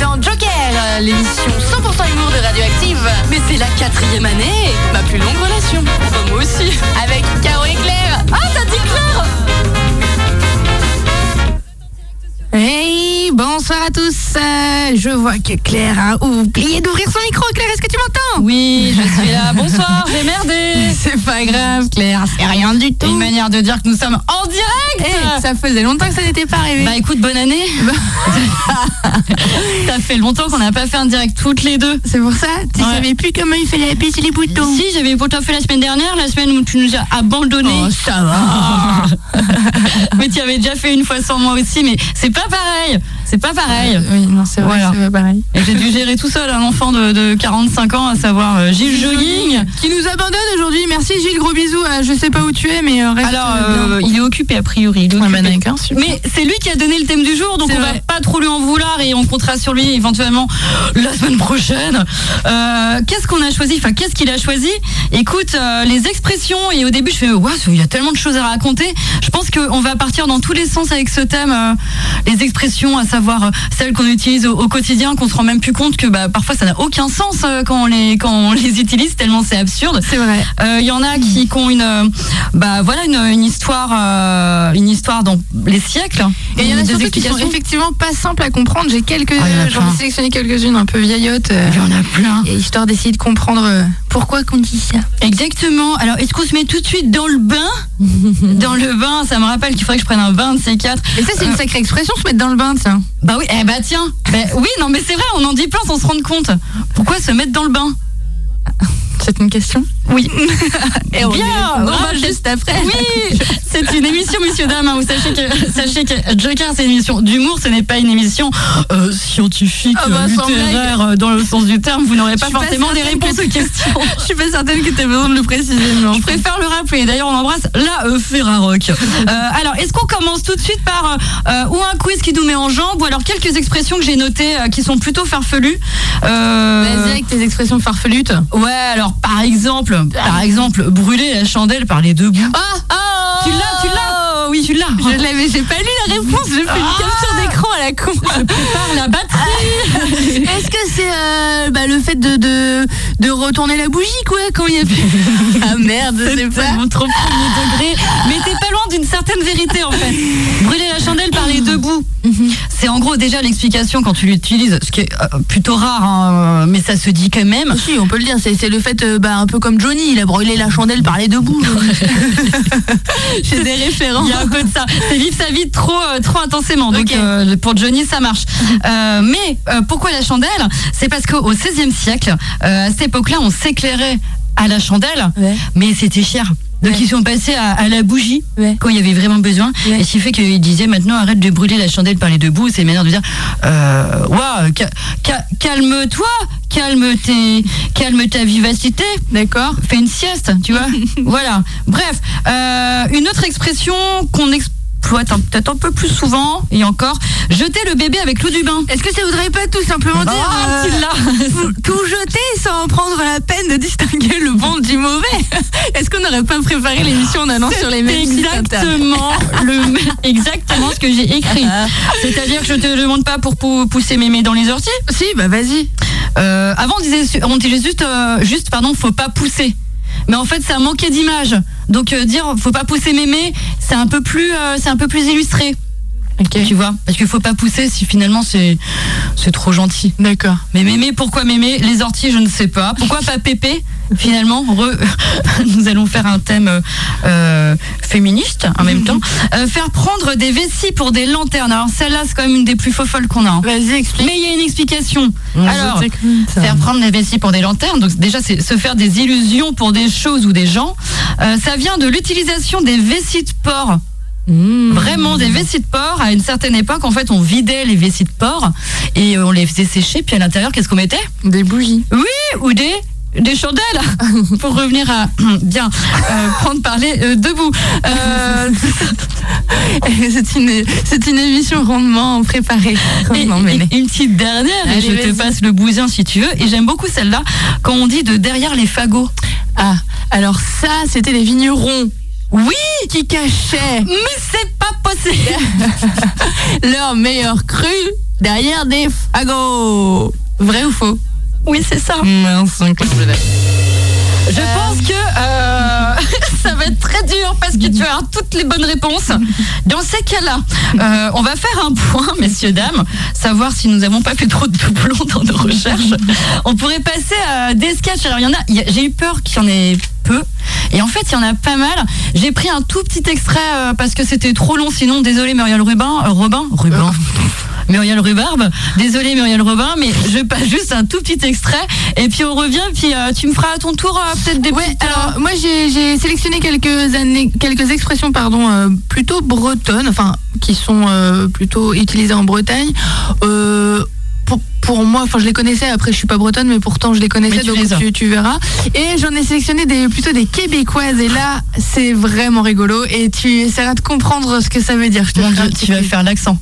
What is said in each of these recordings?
dans Joker, euh, l'émission 100% humour de Radioactive. Mais c'est la quatrième année, ma plus longue relation. Enfin, moi aussi. Bah, Avec Caro et Claire. Ah, t'as dit Claire Hey, bonsoir à tous. Euh, je vois que Claire a oublié d'ouvrir son micro. Claire, est-ce que tu m'entends Oui, je suis là. Bonsoir, j'ai merdé. C'est pas grave, Claire, c'est rien du tout. Une manière de dire que nous sommes en Hey, direct. ça faisait longtemps que ça n'était pas arrivé. Bah écoute, bonne année. ça fait longtemps qu'on n'a pas fait un direct toutes les deux. C'est pour ça Tu Ouais. savais plus comment il fallait appuyer sur les boutons. Si, j'avais pourtant fait la semaine dernière, la semaine où tu nous as abandonnés. Oh, ça va. mais tu avais déjà fait une fois sans moi aussi, mais c'est pas pareil. C'est pas pareil. Euh, Oui, non, c'est vrai, Voilà. c'est pas pareil. Et j'ai dû gérer tout seul un enfant de, de 45 ans, à savoir euh, Gilles Jogging. Qui nous abandonne aujourd'hui. Merci Gilles, gros bisous. à- je sais pas où tu es, mais euh, reste. Alors, euh, bien. euh, il est occupé a priori. il est Ouais, bah, occupé. d'accord, super. mais c'est lui qui a donné le thème du jour, donc C'est on va vrai. pas trop lui en vouloir et on comptera sur lui éventuellement la semaine prochaine. Euh, qu'est-ce qu'on a choisi Enfin, qu'est-ce qu'il a choisi Écoute, euh, les expressions, et au début je fais, waouh, il y a tellement de choses à raconter. Je pense qu'on va partir dans tous les sens avec ce thème. euh, les expressions, à savoir euh, celles qu'on utilise au, au quotidien, qu'on se rend même plus compte que bah, parfois ça n'a aucun sens euh, quand, on les, quand on les utilise, tellement c'est absurde. C'est vrai. Il Euh, y en a qui, qui ont une, euh, bah voilà, une, une histoire, euh, une histoire dans les siècles. Et il y en a des surtout qui sont explications. effectivement pas simples à comprendre. J'ai quelques, Ah, il y en a j'en plein. ai sélectionné quelques-unes un peu vieillottes, euh, Il y en a plein. et histoire d'essayer de comprendre euh, pourquoi qu'on dit ça. Exactement. Alors, est-ce qu'on se met tout de suite dans le bain Dans le bain, ça me rappelle qu'il faudrait que je prenne un bain de ces quatre. Et ça, c'est une sacrée expression, se mettre dans le bain, tiens. Bah oui, eh bah tiens. Bah oui, non, mais c'est vrai, on en dit plein sans se rendre compte. Pourquoi se mettre dans le bain C'est une question. Oui. Et Eh, on Bien, va bravo. juste après. Oui, c'est une émission, messieurs, dames. hein, Vous sachez que, sachez que Joker, c'est une émission d'humour, ce n'est pas une émission euh, scientifique, Ah bah, euh, sans littéraire, euh, dans le sens du terme. Vous n'aurez pas suis pas forcément des certaine que- réponses aux questions. Je suis pas certaine que t'aies besoin de le préciser, mais Je préfère le rappeler. D'ailleurs, on embrasse la euh, Ferrarock. Euh, alors, est-ce qu'on commence tout de suite par euh, euh, ou un quiz qui nous met en jambe, ou alors quelques expressions que j'ai notées euh, qui sont plutôt farfelues Euh, Vas-y avec tes expressions farfelutes. Ouais, alors par exemple, par exemple, brûler la chandelle par les deux bouts. Ah Tu l'as, tu l'as Oui, tu l'as. Je l'avais, j'ai pas lu la réponse, j'ai fait Ah une capture d'écran à la con. Par la batterie. Est-ce que c'est euh, bah, le fait de, de, de retourner la bougie, quoi, quand il y a plus. ah merde, je sais pas. Tellement trop premier degré. Mais t'es pas loin d'une certaine vérité en fait. Brûler la chandelle par les deux bouts. C'est en gros déjà l'explication quand tu l'utilises, ce qui est euh, plutôt rare, hein, mais ça se dit quand même. bah Si, on peut le dire, c'est c'est le fait, euh, bah, un peu comme Johnny, il a brûlé la chandelle par les deux bouts. j'ai des références. Il y a un peu de ça. C'est vivre sa vie trop, euh, trop intensément. Donc Ok. euh, pour Johnny, ça marche. Euh, mais euh, pourquoi la chandelle C'est parce qu'au XVIe siècle, euh, à cette époque-là, on s'éclairait à la chandelle, Ouais. mais c'était cher. Donc Ouais. ils sont passés à, à la bougie Ouais. quand il y avait vraiment besoin. Ouais. Et ce qui fait qu'ils disaient maintenant arrête de brûler la chandelle par les deux bouts. C'est une manière de dire euh, Waouh, ca- ca- calme-toi, calme, tes- calme ta vivacité D'accord. fait une sieste, tu vois. voilà. Bref, euh, une autre expression qu'on exploite un- peut-être un peu plus souvent, et encore, jeter le bébé avec l'eau du bain. Est-ce que ça voudrait pas tout simplement Ah, dire euh, tu l'as. tout- tout jeter sans prendre la peine de distinguer le bon du mauvais Est-ce qu'on n'aurait pas préparé l'émission en allant sur les mêmes sites internet exactement le m- exactement ce que j'ai écrit. Ah, C'est-à-dire que je te demande pas pour pou- pousser mémé dans les orties. Si, bah vas-y. Euh, avant on disait su- on disait juste euh, juste pardon, faut pas pousser. Mais en fait, ça manquait d'image. Donc euh, dire faut pas pousser mémé, c'est un peu plus euh, c'est un peu plus illustré. Tu vois Parce qu'il faut pas pousser si finalement c'est c'est trop gentil. D'accord. Mais mémé, pourquoi mémé Les orties, je ne sais pas. Pourquoi pas pépé Finalement, re- nous allons faire un thème euh, euh, féministe en même temps. Euh, faire prendre des vessies pour des lanternes. Alors celle-là, c'est quand même une des plus folles qu'on a. hein. Vas-y, explique. Mais il y a une explication. Alors, Faire prendre les vessies pour des lanternes, donc déjà c'est se faire des illusions pour des choses ou des gens. Euh, ça vient de l'utilisation des vessies de porc. Hmm. Vraiment des vessies de porc. À une certaine époque, en fait, on vidait les vessies de porc et euh, on les faisait sécher. Puis à l'intérieur, qu'est-ce qu'on mettait des bougies. Oui, ou des des chandelles pour revenir à bien euh, prendre parler euh, debout. Euh, c'est une, c'est une émission rondement préparée. Et- Rondement et- menée. et une petite dernière, et Allez, je te vas-y. passe le bousin si tu veux. Et j'aime beaucoup celle-là quand on dit de derrière les fagots. Ah, alors ça, c'était les vignerons. Oui, qui cachaient Mais c'est pas possible. leur meilleur cru derrière des fagots. Vrai ou faux Oui, c'est ça. Mince, Je pense que euh, ça va être très dur parce que tu as toutes les bonnes réponses. Dans ces cas-là, euh, on va faire un point, messieurs, dames, savoir si nous n'avons pas fait trop de doublons dans nos recherches. On pourrait passer à des sketchs. Alors, il y en a, il y a- j'ai eu peur qu'il y en ait peu. Et en fait, il y en a pas mal. J'ai pris un tout petit extrait euh, parce que c'était trop long. Sinon, désolé, Muriel Rubin. euh, Robin Rubin. Muriel Rhubarbe. Désolée Muriel Robin, mais je passe juste un tout petit extrait et puis on revient puis euh, tu me feras à ton tour euh, peut-être des Ouais, petites, euh, alors moi j'ai j'ai sélectionné quelques années, quelques expressions pardon euh, plutôt bretonnes, enfin qui sont euh, plutôt utilisées en Bretagne. Euh, pour, pour moi, enfin je les connaissais. Après je suis pas bretonne, mais pourtant je les connaissais. Mais tu donc les as. tu, tu verras. Et j'en ai sélectionné des plutôt des québécoises. Et là c'est vraiment rigolo. Et tu essaieras de comprendre ce que ça veut dire. Je te Mon ferai un Dieu, petit tu vas quiz. faire l'accent.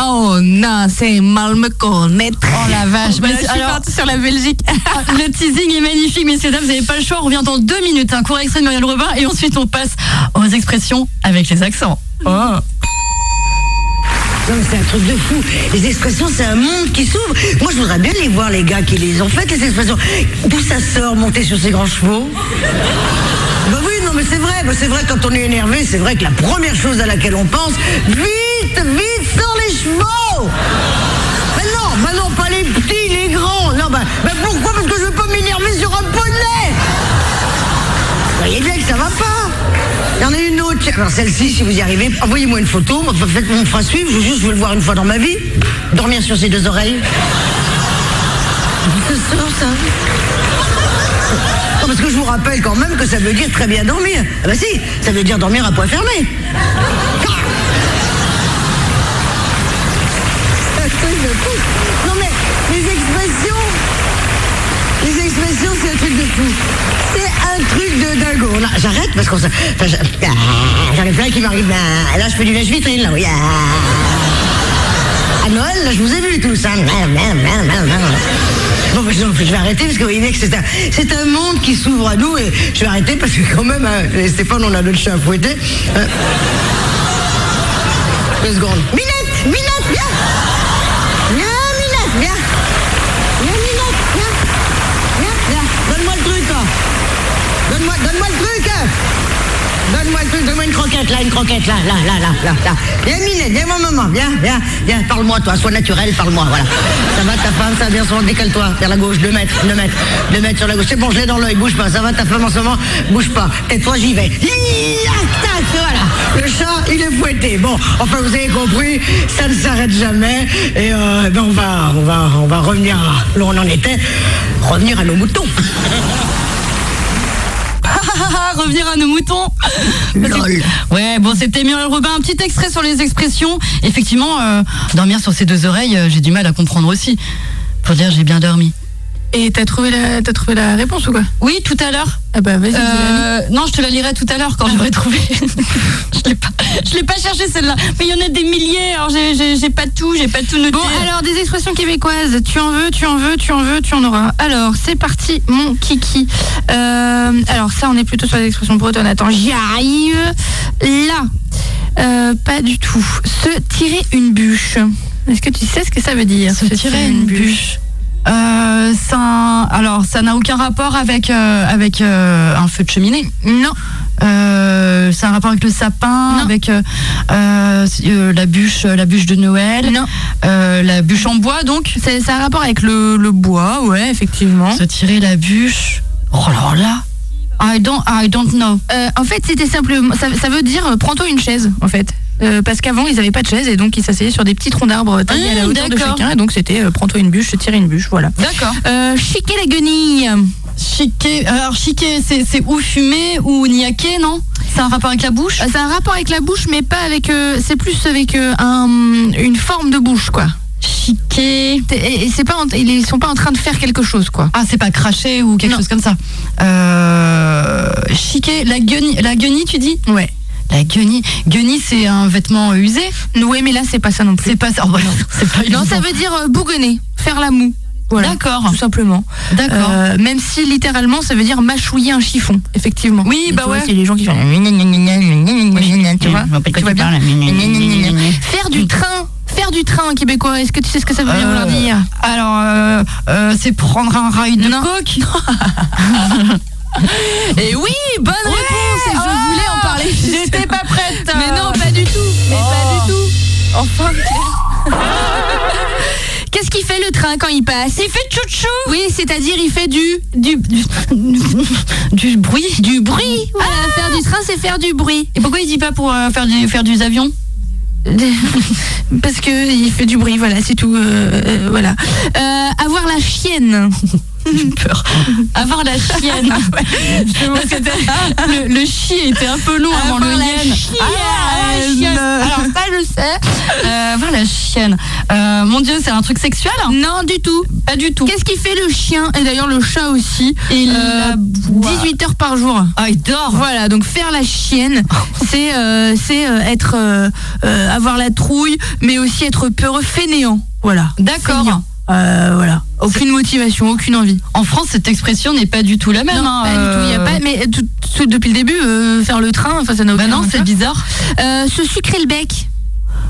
Oh non, c'est mal me connaître. Oh la vache. Bah, mais je suis alors, partie sur la Belgique. Ah, le teasing est magnifique, messieurs, dames, vous n'avez pas le choix. On revient dans deux minutes. hein. Un court extrait de Muriel Robin et ensuite on passe aux expressions avec les accents. Oh. Non, mais c'est un truc de fou. Les expressions, c'est un monde qui s'ouvre. Moi, je voudrais bien les voir, les gars qui les ont faites, les expressions. D'où ça sort, monter sur ces grands chevaux Bah oui, non, mais c'est vrai. Bah, c'est vrai, quand on est énervé, c'est vrai que la première chose à laquelle on pense, vite, vite, sors les chevaux Bah non, bah non, pas les petits, les grands. Non, bah, bah pourquoi Parce que je veux pas m'énerver sur un poney vous voyez bien que ça va pas. Il y en a une autre. tiens, Alors celle-ci, si vous y arrivez, envoyez-moi une photo. Enfin, Faites mon fera suivre. Je veux juste je veux le voir une fois dans ma vie. Dormir sur ses deux oreilles. C'est ça, ça. Non, parce que je vous rappelle quand même que ça veut dire très bien dormir. Ah bah si, ça veut dire dormir à poing fermé. Ah. Non mais les expressions, les expressions, c'est un truc de fou. C'est un truc de dingo. Là, j'arrête parce qu'on se. enfin, je- Ah, J'en ai plein qui m'arrivent. Ah, Là, je fais du lèche-vitrine, là, oui. Ah. À Noël, là, je vous ai vu tous. hein. ah. Bon, bah, je je vais arrêter parce que vous voyez que c'est un, c'est un monde qui s'ouvre à nous et je vais arrêter parce que quand même, hein, et Stéphane, on a notre chat à fouetter. Euh, Deux secondes. Minette Minette, viens Viens, Minette, viens Viens, Minette, viens Viens, viens Donne-moi le truc, hein. Donne-moi, donne-moi le truc hein. Donne-moi le truc, donne-moi une croquette, là, une croquette, là, là, là, là, là, là. Viens, Minette, viens, mon maman, viens, viens, viens, parle-moi, toi, sois naturel, parle-moi, voilà. Ça va, ta femme, ça va bien, souvent, décale-toi, vers la gauche, deux mètres, deux mètres, deux mètres sur la gauche. C'est bon, je l'ai dans l'œil, bouge pas, ça va, ta femme, en ce moment, bouge pas. Et toi, j'y vais. Hiya, tac, voilà. Le chat, il est fouetté. Bon, enfin, vous avez compris, ça ne s'arrête jamais. Et, euh, ben, on va, on va, on va revenir à là où on en était, revenir à nos moutons. Ah, revenir à nos moutons. Lol. Ouais, bon, c'était Muriel Robin. Un petit extrait sur les expressions. Effectivement, euh, dormir sur ses deux oreilles, euh, j'ai du mal à comprendre aussi. Pour dire j'ai bien dormi. Et t'as trouvé la t'as trouvé la réponse ou quoi Oui, tout à l'heure. Ah bah vas-y. dis-la. Euh, non, je te la lirai tout à l'heure quand j'aurai trouvé. je l'ai pas, je l'ai pas cherché celle-là. Mais il y en a des milliers. Alors j'ai- j'ai j'ai pas tout, j'ai pas tout noté. Bon, alors, des expressions québécoises. Tu en veux, tu en veux, tu en veux, tu en auras. Alors, c'est parti, mon kiki. Euh, alors, ça, on est plutôt sur les expressions bretonnes. Attends, j'y arrive. Là. Euh, pas du tout. Se tirer une bûche. Est-ce que tu sais ce que ça veut dire se tirer une bûche. Euh, ça, alors ça n'a aucun rapport avec euh, avec euh, un feu de cheminée. Non, Euh, c'est un rapport avec le sapin, Non. avec euh, euh, euh, la bûche, la bûche de Noël, non. euh, la bûche en bois donc. C'est c'est un rapport avec le, le bois, ouais, effectivement. Se tirer la bûche. Oh là là. I don't, I don't know. Euh, en fait, c'était simplement. Ça, ça veut dire euh, prends-toi une chaise, en fait. Euh, parce qu'avant, ils n'avaient pas de chaise et donc ils s'asseyaient sur des petits troncs d'arbres taillés à la Ah, hauteur de d'accord. chacun. Et donc c'était euh, prends-toi une bûche, tire une bûche, voilà. D'accord. Euh, chiquer la guenille. Chiqué, euh, alors chiqué, c'est c'est ou fumé ou niaqué, non C'est un rapport avec la bouche Euh, C'est un rapport avec la bouche, mais pas avec. euh, c'est plus avec euh, un- une forme de bouche, quoi. Chiqué. T'es- Et, et c'est pas. en- ils sont pas en train de faire quelque chose, quoi. Ah, c'est pas craché ou quelque Non. chose comme ça. Euh, chiqué, la guenille, la guenille, tu dis Ouais. La guenille, guenille, c'est un vêtement usé. Ouais, mais là, c'est pas ça non plus. C'est pas ça. oh, bah non, c'est pas Non, évident. ça veut dire euh, bougonner, faire la moue. Voilà. D'accord, Tout simplement. d'accord. Euh, même si littéralement ça veut dire mâchouiller un chiffon, effectivement. Oui, Et bah tu vois, ouais. C'est les gens qui font. tu vois, tu vois bien. Faire du train, faire faire du train en québécois Est-ce que tu sais ce que ça veut bien vouloir Euh, dire Alors, euh, euh, c'est prendre un ride de Non. coke. Et oui, bonne réponse. Et je Oh, voulais en parler. j'étais pas prête. Oh. Mais non, pas du tout. Mais pas du tout. Enfin. qu'est- Qu'est-ce qu'il fait le train quand il passe Il fait chouchou. Oui, c'est-à-dire il fait du du du, Du bruit. du bruit. Voilà, faire du train, c'est faire du bruit. Et pourquoi il dit pas pour euh, faire du faire des avions Parce que il fait du bruit, voilà, c'est tout. euh, euh, voilà. Euh, avoir la chienne. Peur. Avoir la chienne. le, le chi était un peu long avant le Avoir la yen. chienne. Ah, la chienne. Alors ça je sais. Euh, avoir la chienne. Euh, mon dieu, c'est un truc sexuel hein Non, du tout. Pas du tout. Qu'est-ce qu'il fait le chien Et d'ailleurs le chat aussi. Il Euh, la boit. 18 heures par jour. Ah, il dort. Voilà, donc faire la chienne, c'est euh, c'est euh, être euh, euh, avoir la trouille, mais aussi être peureux, fainéant. Voilà. D'accord. Fainéant. Euh, voilà. Aucune motivation, aucune envie. En France, cette expression n'est pas du tout la même. hein, pas du tout, y a euh, pas- mais tout- tout- depuis le début, euh, faire le train, enfin ça n'a Bah aucun non, c'est rapport. bizarre. Euh, se sucrer le bec.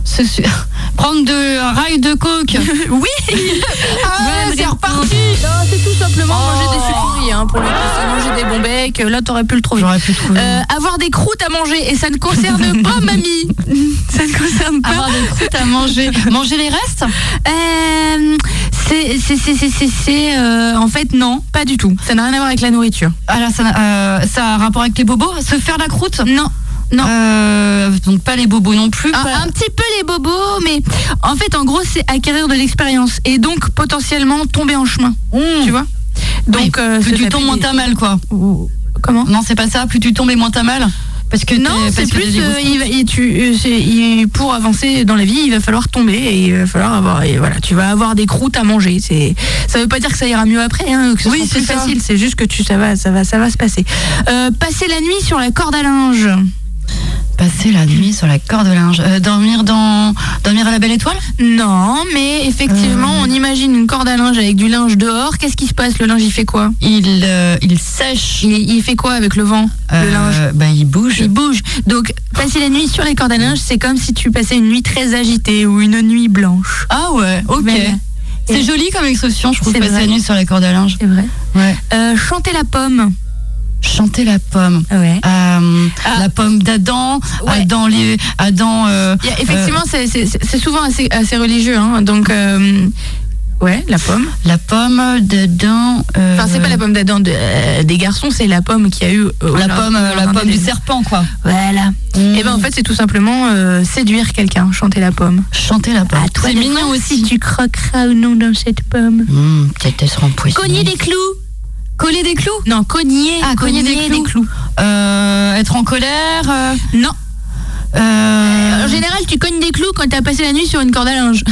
Ce su- Prendre de un rail de coke. oui. Bonne réponse. Ah, Non, c'est tout simplement Oh. manger des sucreries. hein, pour le coup, c'est manger des bons becs. Là, t'aurais pu le trouver. J'aurais pu trouver. Euh, avoir des croûtes à manger et ça ne concerne pas mamie. Ça ne concerne pas. avoir des croûtes à manger. manger les restes Euh, c'est c'est c'est c'est c'est- c'est, euh, en fait non, pas du tout. Ça n'a rien à voir avec la nourriture. Alors, ça, n'a- euh, ça a un rapport avec les bobos Se faire la croûte Non. Non. Euh, donc, pas les bobos non plus. Un, pas- un petit peu les bobos, mais en fait, en gros, c'est acquérir de l'expérience et donc potentiellement tomber en chemin, Mmh. tu vois. Donc, euh, Plus ça tu fait tombes, moins des- t'as mal, quoi. Comment Non, c'est pas ça. Plus tu tombes et moins t'as mal. Parce que Non, t'es- c'est parce que t'as plus des euh, grosses il va- il- tu- euh, c'est- il- pour avancer dans la vie, il va falloir tomber et il va falloir avoir et voilà, tu vas avoir des croûtes à manger. C'est ça veut pas dire que ça ira mieux après, hein, que ce Oui, sera c'est plus ça. facile. C'est juste que tu ça va, ça va, ça va se passer. Euh, passer la nuit sur la corde à linge. Passer la nuit sur la corde linge. Euh, dormir dans dormir à la belle étoile Non, mais Euh. effectivement, on imagine une corde à linge avec du linge dehors. Qu'est-ce qui se passe Le linge, il fait quoi Il euh, il sèche. il, il fait quoi avec le vent Le Euh, linge. bah, il bouge. Il bouge. Donc, passer la nuit sur les cordes à linge, c'est comme si tu passais une nuit très agitée ou une nuit blanche. Ah ouais, ok. Voilà. C'est joli comme expression, je trouve, C'est passer vrai. la nuit sur la corde à linge. C'est vrai. Ouais. Euh, chanter la pomme. Chanter la pomme. Ouais. Euh, Ah. La pomme d'Adam, Ouais. Adam, les, Adam euh, effectivement, c'est- c'est c'est souvent assez, assez religieux. hein, donc, euh, ouais, la pomme. la pomme d'Adam. euh, Enfin, c'est pas la pomme d'Adam de- euh, des garçons, c'est la pomme qui a eu. euh, au La jardin- pomme, euh, au la jardin pomme du Mmh. d'Éden. serpent, quoi. Voilà. Et ben en fait, c'est tout simplement euh, séduire quelqu'un, chanter la pomme. Chanter Bah, la pomme. C'est mignon aussi. Tu croqueras ou non dans cette pomme. Mmh, Peut-être elle sera empoisonnée. Cogner des clous. Coller des clous Non, cogner. Ah, cogner des clous. Euh, Être en colère euh, Non. euh, En général, tu cognes des clous quand t'as passé la nuit sur une corde à linge.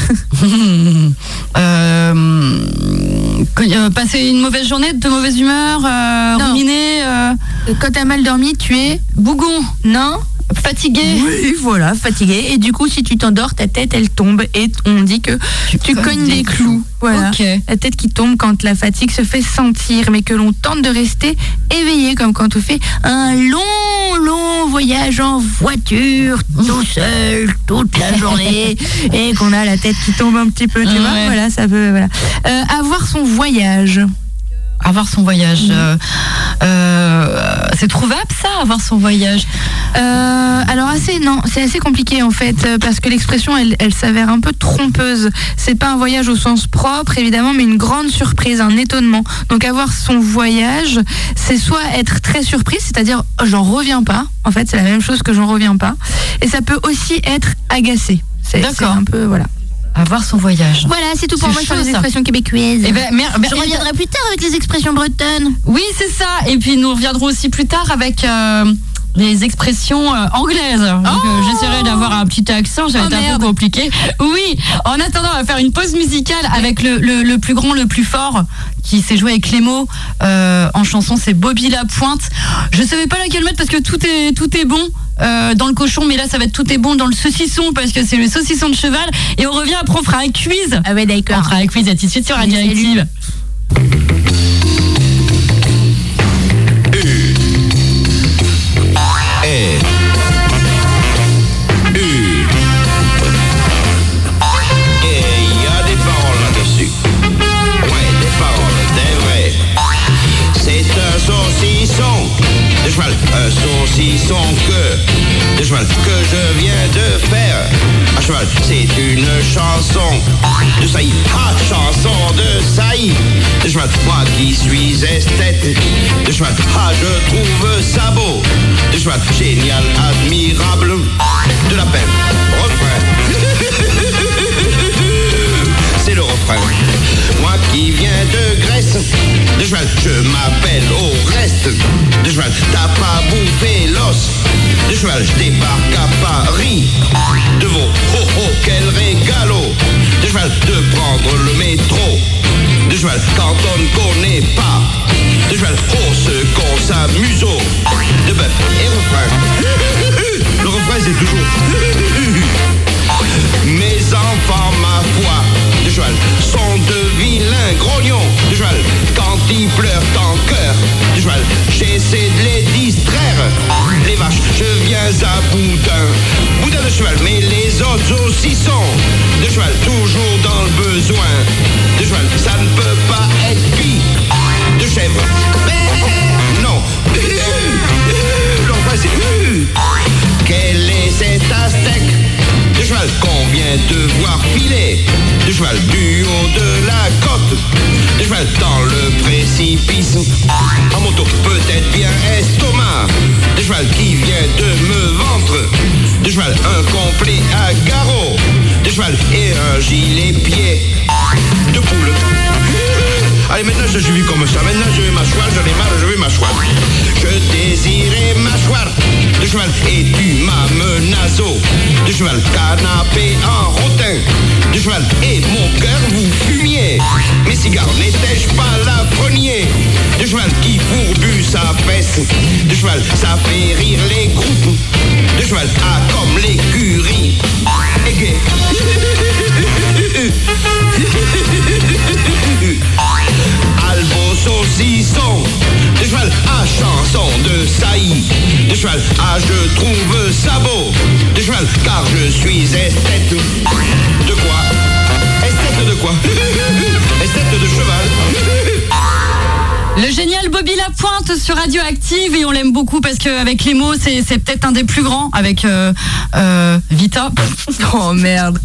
Euh, que- euh, passer une mauvaise journée, de mauvaise humeur, euh, Non. ruminer, euh, quand t'as mal dormi, tu es bougon, non. fatigué. Oui, voilà, fatigué. Et du coup, si tu t'endors, ta tête, elle tombe et on dit que tu cognes des clous. Voilà. Ok. La tête qui tombe quand la fatigue se fait sentir, mais que l'on tente de rester éveillé, comme quand on fait un long, long voyage en voiture, tout seul, toute la journée, et qu'on a la tête qui tombe un petit peu, tu vois. Ouais. Voilà, ça peut. Voilà. Euh, avoir son voyage. Avoir son voyage. euh, euh, c'est trouvable ça, avoir son voyage. Euh, alors assez non, c'est assez compliqué en fait euh, parce que l'expression elle, elle s'avère un peu trompeuse. C'est pas un voyage au sens propre évidemment, mais une grande surprise, un étonnement. Donc avoir son voyage, c'est soit être très surpris, c'est-à-dire oh, j'en reviens pas. En fait, c'est la même chose que j'en reviens pas. Et ça peut aussi être agacé. C'est c'est D'accord. un peu voilà. Avoir son voyage. Voilà, c'est tout pour C'est moi sur chaud, les ça. expressions québécoises. Eh ben, mer- mer- Je reviendrai plus tard avec les expressions bretonnes. Oui, c'est ça. Et puis nous reviendrons aussi plus tard avec euh, les expressions euh, anglaises. Donc, euh, J'essaierai d'avoir un petit accent, ça va Oh, être un merde. peu compliqué. Oui, en attendant, on va faire une pause musicale avec le, le- le plus grand, le plus fort, qui s'est joué avec les mots. Euh, en chanson, c'est Bobby Lapointe. Je savais pas laquelle mettre parce que tout est, tout est bon. euh, dans le cochon, mais là ça va être tout est bon dans le saucisson parce que c'est le saucisson de cheval. Et on revient après, on fera un quiz. Ah ouais On d'accord. fera un quiz à tout de suite sur Radio Salut. Active. U. frisson que de cheval que je viens de faire. À cheval, c'est une chanson de saillie. Ah, chanson de saillie. De cheval, moi qui suis esthète. De cheval, ah, je trouve ça beau. De cheval, génial, admirable. De la peine, refrain. c'est le refrain. Moi qui viens de Grèce, de cheval, je m'appelle au reste. De cheval, t'as pas bouffé l'os. De cheval, je débarque à Paris. De vos, oh oh, quel régalo. De cheval, de prendre le métro. De cheval, quand on ne connaît pas. De cheval, oh ce qu'on s'amuse. au. De bœuf et refrain. Le refrain, c'est toujours. Mes enfants, ma foi, de Joal, sont de vilains grognons, de Joal, quand ils pleurent en cœur, de Joal, j'essaie de les distraire. Les vaches, je viens à boudin, boudin de cheval, mais les autres aussi sont, de Joal, toujours dans le besoin, de Joal, ça ne peut pas être pis, de chèvre, mais non, l'enfant c'est... Quel est cet aztèque De cheval qu'on vient de voir filer De cheval du haut de la côte De cheval dans le précipice En moto, peut-être bien estomac De cheval qui vient de me ventre De cheval un complet à garrot De cheval et un gilet pied De poule Allez, maintenant je suis comme ça. Maintenant je vais m'asseoir, j'en ai marre, je vais m'asseoir. Je désirais m'asseoir. De cheval, et tu m'as menacé. De cheval, canapé en rotin. De cheval, et mon cœur vous fumiez. Mes cigares, n'étais-je pas la première De cheval qui fourbu sa fesse. De cheval, ça fait rire les groupes. De cheval, ah, comme l'écurie. Aiguë. Albo saucisson, de cheval à chanson de saillie, de cheval à je trouve ça beau, de cheval car je suis esthète. De quoi Esthète de quoi Esthète de cheval. Le génial Bobby Lapointe sur Radioactive et on l'aime beaucoup parce que avec les mots c'est c'est peut-être un des plus grands avec euh, euh, Vita. Oh merde.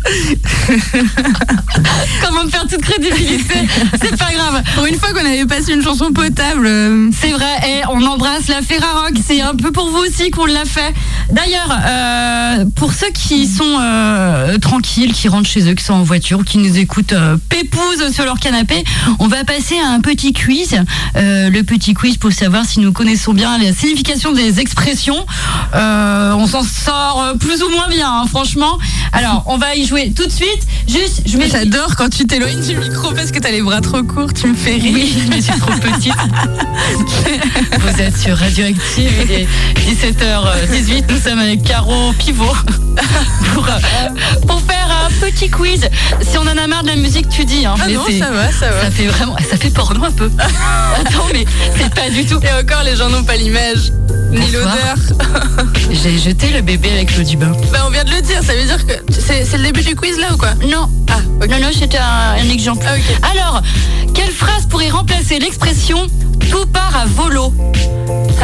Comment me faire toute crédibilité C'est pas grave. Pour une fois qu'on avait passé une chanson potable, euh, C'est vrai, et on embrasse la Ferrarock, c'est un peu pour vous aussi qu'on l'a fait. D'ailleurs, euh, pour ceux qui sont euh, tranquilles, qui rentrent chez eux, qui sont en voiture, ou qui nous écoutent euh, pépouze sur leur canapé, on va passer à un petit quiz. Euh, le petit quiz pour savoir si nous connaissons bien la signification des expressions. Euh, on s'en sort euh, plus ou moins bien, hein, franchement. Alors, on va y jouer tout de suite. Juste, je mets... J'adore quand tu t'éloignes du micro parce que t'as les bras trop courts, tu me fais rire. Oui, mais je suis trop petite. Vous êtes sur Radioactive, il est 17h18, nous sommes avec Caro Pivot pour, euh, pour faire un petit quiz. Si on en a marre de la musique, tu dis. Hein, Ah mais non, c'est- ça va, ça va. ça fait vraiment, ça fait porno un peu. Attends, mais c'est pas du tout. Et encore, les gens n'ont pas l'image, ni Bonsoir. l'odeur. J'ai jeté le bébé avec l'eau du bain. Bah, on vient de le dire, ça veut dire que c'est c'est le début du quiz là ou quoi Non, Ah, ok. non, non, c'était un, un exemple. Ah, ok. Alors, quelle phrase pourrait remplacer l'expression tout part à volo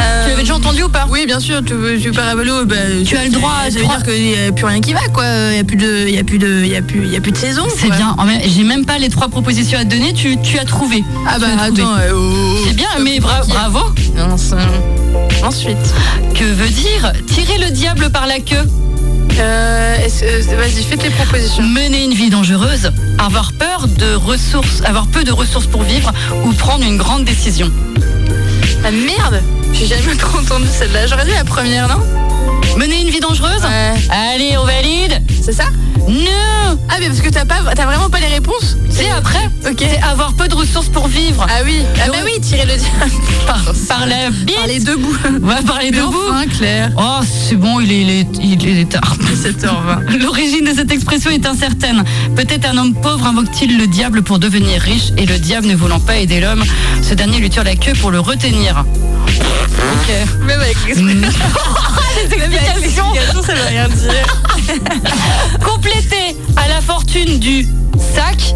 Euh, Tu l'avais déjà entendu ou pas Oui, bien sûr, tu, veux- tu pars à vélo, bah, Tu as le droit à Ça veut trois- dire qu'il n'y a plus rien qui va, quoi. Il n'y a plus de, il y a plus de, il y a plus, il y a plus de saison. C'est quoi. bien. En même- J'ai même pas les trois propositions à te donner. Tu, tu as trouvé. Ah Tu bah as trouvé. attends. euh, oh, oh, C'est bien, mais bra- bravo. oh. Non, ça- Ensuite. Que veut dire tirer le diable par la queue Euh, est-ce- euh, Vas-y, fais tes propositions. Mener une vie dangereuse, avoir peur de ressources, avoir peu de ressources pour vivre ou prendre une grande décision. Ah merde J'ai jamais trop entendu celle-là. J'aurais dit la première, non Mener une vie dangereuse Ouais. Allez, on valide C'est ça Non Ah mais parce que t'as pas, t'as vraiment pas les réponses C'est après Ok. C'est avoir peu de ressources pour vivre Ah oui. Ah bah oui, tirer le diable par, par la bite par les deux bouts. Ouais, par les deux bouts Claire. Oh, c'est bon, il est, il, est, il est tard. 17h20. L'origine de cette expression est incertaine. Peut-être un homme pauvre invoque-t-il le diable pour devenir riche et le diable ne voulant pas aider l'homme, ce dernier lui tire la queue pour le retenir. Ok. Même avec les Même avec les explications. explications, ça veut rien dire. Complété à la fortune du sac,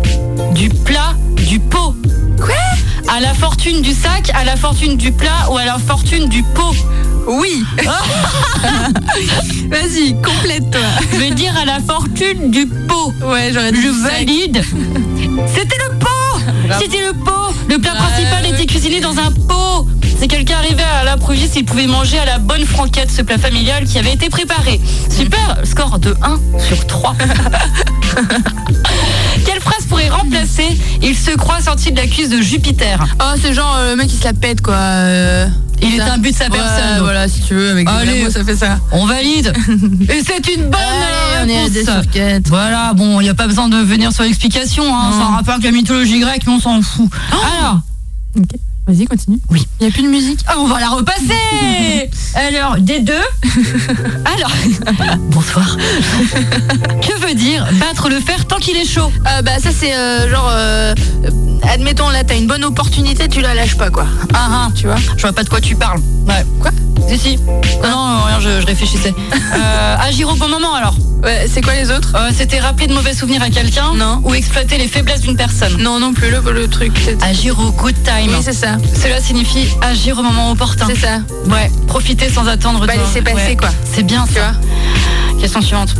du plat, du pot. Quoi À la fortune du sac, à la fortune du plat ou à la fortune du pot. Oui. Vas-y, complète-toi. veut dire à la fortune du pot. Ouais, j'aurais dit Je sec. valide. C'était le pot C'était le pot Le plat principal était cuisiné dans un pot Si quelqu'un arrivait à l'improviste, il pouvait manger à la bonne franquette ce plat familial qui avait été préparé. Super Score de 1 sur 3. Quelle phrase pourrait remplacer Il se croit sorti de la cuisse de Jupiter Oh, c'est genre euh, le mec qui se la pète quoi. euh, Il est ça. un but de sa Ouais, personne. Voilà, si tu veux, avec des Allez. mots, ça fait ça. On valide Et c'est une bonne Allez, Ah, on est à réponse. des sur quatre. Voilà, bon, il n'y a pas besoin de venir sur l'explication, hein, c'est un rapport avec la mythologie grecque, mais on s'en fout. Alors, Vas-y, continue. Oui. Il n'y a plus de musique. Ah, on va la repasser Alors, des deux. Alors, bonsoir. que veut dire battre le fer tant qu'il est chaud Euh, bah ça c'est euh, genre euh, euh, admettons là t'as une bonne opportunité tu la lâches pas quoi Ah ah, tu vois je vois pas de quoi tu parles. Ouais. Quoi Si, si. Non, non, rien, je, je réfléchissais. Euh, agir au bon moment alors ouais, c'est quoi les autres Euh, C'était rappeler de mauvais souvenirs à quelqu'un Non. ou exploiter les faiblesses d'une personne non non plus le, le truc c'est- Agir au good time. oui c'est ça Cela signifie agir au moment opportun. c'est ça Ouais, profiter sans attendre. Pas de- laisser passer, quoi. C'est bien tu ça. vois Question suivante.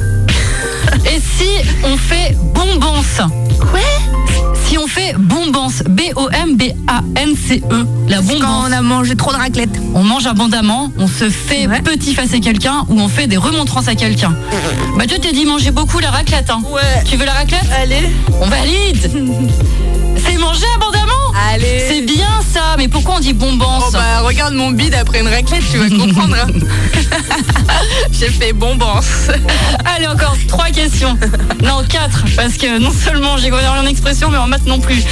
Et si on fait bombance Ouais. Si on fait bombance, B-O-M-B-A-N-C-E, E, la C'est quand bombance. on a mangé trop de raclette On... mange abondamment, on se fait Ouais. petit face à quelqu'un ou on fait des remontrances à quelqu'un. Bah toi t'as dit manger beaucoup la raclette. Hein. ouais Tu veux la raclette allez On valide C'est manger abondamment allez C'est bien ça, mais pourquoi on dit bombance Oh bah regarde mon bide après une raclette, tu vas comprendre. hein. J'ai fait bombance. Allez, encore trois questions. Non, quatre, parce que non seulement j'ai gagné en expression, mais en maths non plus.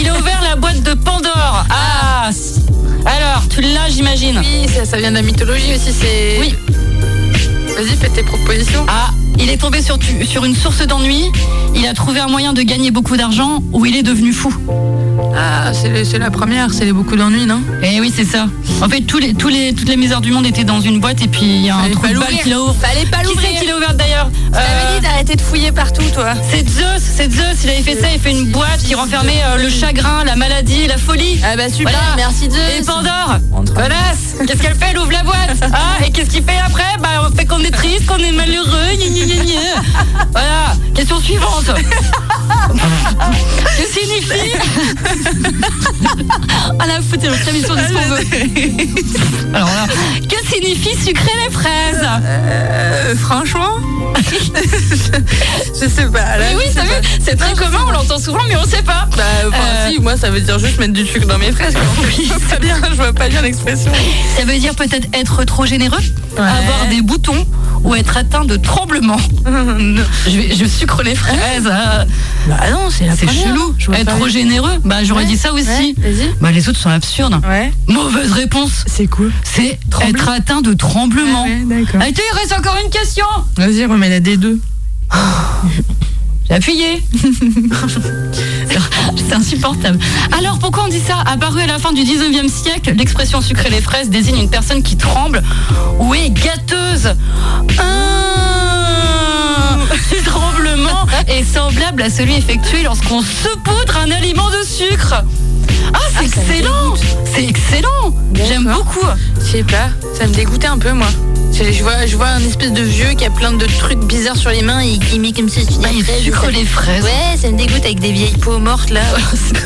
Il a ouvert la boîte de Pandore. Ah s- Alors, tu l'as, j'imagine. Oui, ça, ça vient de la mythologie aussi, c'est. Oui. Vas-y, fais tes propositions. Ah, il est tombé sur, tu- sur une source d'ennui, il a trouvé un moyen de gagner beaucoup d'argent ou il est devenu fou. Ah, c'est le- c'est la première, c'est les beaucoup d'ennuis, non Eh oui, c'est ça. En fait, tous les, tous les, toutes les misères du monde étaient dans une boîte et puis il y a un Fallait trou pas de balle l'ouvrir. qui l'a ouvert. Fallait pas Qui c'est qui l'ouvrir. l'a ouvert d'ailleurs T'avais Euh, dit d'arrêter de fouiller partout, toi. C'est Zeus, c'est Zeus, il avait fait ça, il fait une boîte qui renfermait euh, le chagrin, la maladie, la folie. Ah bah super, Voilà. merci Dieu. Et Pandore Connasse Qu'est-ce qu'elle fait Elle ouvre la boîte Ah, Et qu'est-ce qu'il fait après Bah on fait qu'on est triste, qu'on est malheureux, gna gna gna gna. Voilà, question suivante Que signifie Ah la foutue, c'est l'émission du sponsor. hein. Alors là, que signifie sucrer les fraises Euh, franchement, je sais pas. là, Mais oui, je sais t'as vu pas. C'est très commun, on l'entend souvent mais on sait pas Bah, enfin, Euh, si, moi ça veut dire juste mettre du sucre dans mes fraises. Oui, c'est bien, je vois pas bien l'expression. Ça veut dire peut-être être trop généreux, avoir des boutons ou être atteint de tremblements. Je, vais- je sucre les fraises. ah. Bah non, c'est la C'est première. chelou. Je vois être pas trop bien. généreux, bah j'aurais Ouais, dit ça aussi. Ouais, vas-y. Bah les autres sont absurdes. Ouais. Mauvaise réponse. C'est cool. C'est Tremble- être atteint de tremblement. Ah Ouais, d'accord. Attends, il reste encore une question. Vas-y, remets la D2. J'ai appuyé. C'est insupportable. Alors pourquoi on dit ça Apparu à la fin du 19e siècle, l'expression sucrer les fraises désigne une personne qui tremble ou est gâteuse. Ah Ce tremblement est semblable à celui effectué lorsqu'on saupoudre un aliment de sucre. Ah, c'est excellent C'est excellent J'aime D'accord. beaucoup Je sais pas, ça me dégoûtait un peu moi. Je, je vois, je vois un espèce de vieux qui a plein de trucs bizarres sur les mains et qui met comme ça sur Bah, Ah, les Il fraises, sucre ça- les fraises. Ouais, ça me dégoûte avec des vieilles peaux mortes là.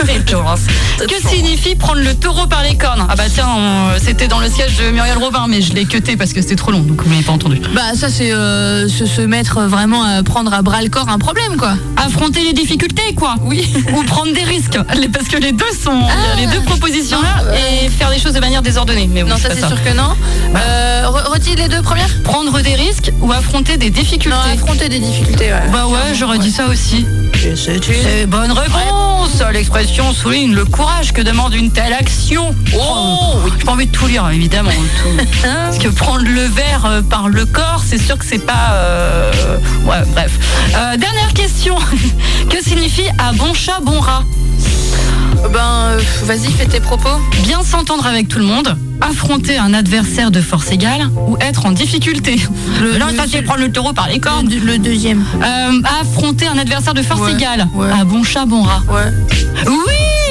C'est Florence. Que signifie prendre le taureau par les cornes Ah bah tiens, on- c'était dans le siège de Muriel Robin, mais je l'ai cuté parce que c'était trop long, donc vous m'avez pas entendu. bah ça c'est euh, se, se mettre vraiment à prendre à bras le corps un problème quoi. Affronter les difficultés, quoi. Oui. Ou prendre des risques, Les- parce que les deux sont, il y a les deux propositions là, et faire des choses de manière désordonnée. Mais bon, Ah. Non ça pas c'est sûr que non. Euh, re- retire les deux premières. Prendre des risques ou affronter des difficultés. Non, affronter des difficultés. Ouais. bah ouais, j'aurais dit ça aussi. C'est bonne réponse. L'expression souligne le courage que demande une telle action. Oh, j'ai pas envie de tout lire, évidemment. tout. Hein Parce que prendre le verre euh, par le corps, c'est sûr que c'est pas. euh, Ouais, bref. Euh, dernière question. que signifie à bon chat, bon rat Ben euh, vas-y fais tes propos. Bien s'entendre avec tout le monde, affronter un adversaire de force égale ou être en difficulté. Là, le- t'as fait prendre le taureau par les cornes. Ah, Le, le deuxième. Euh, affronter un adversaire de force Ouais, égale ouais. à bon chat, bon rat. Ouais. Oui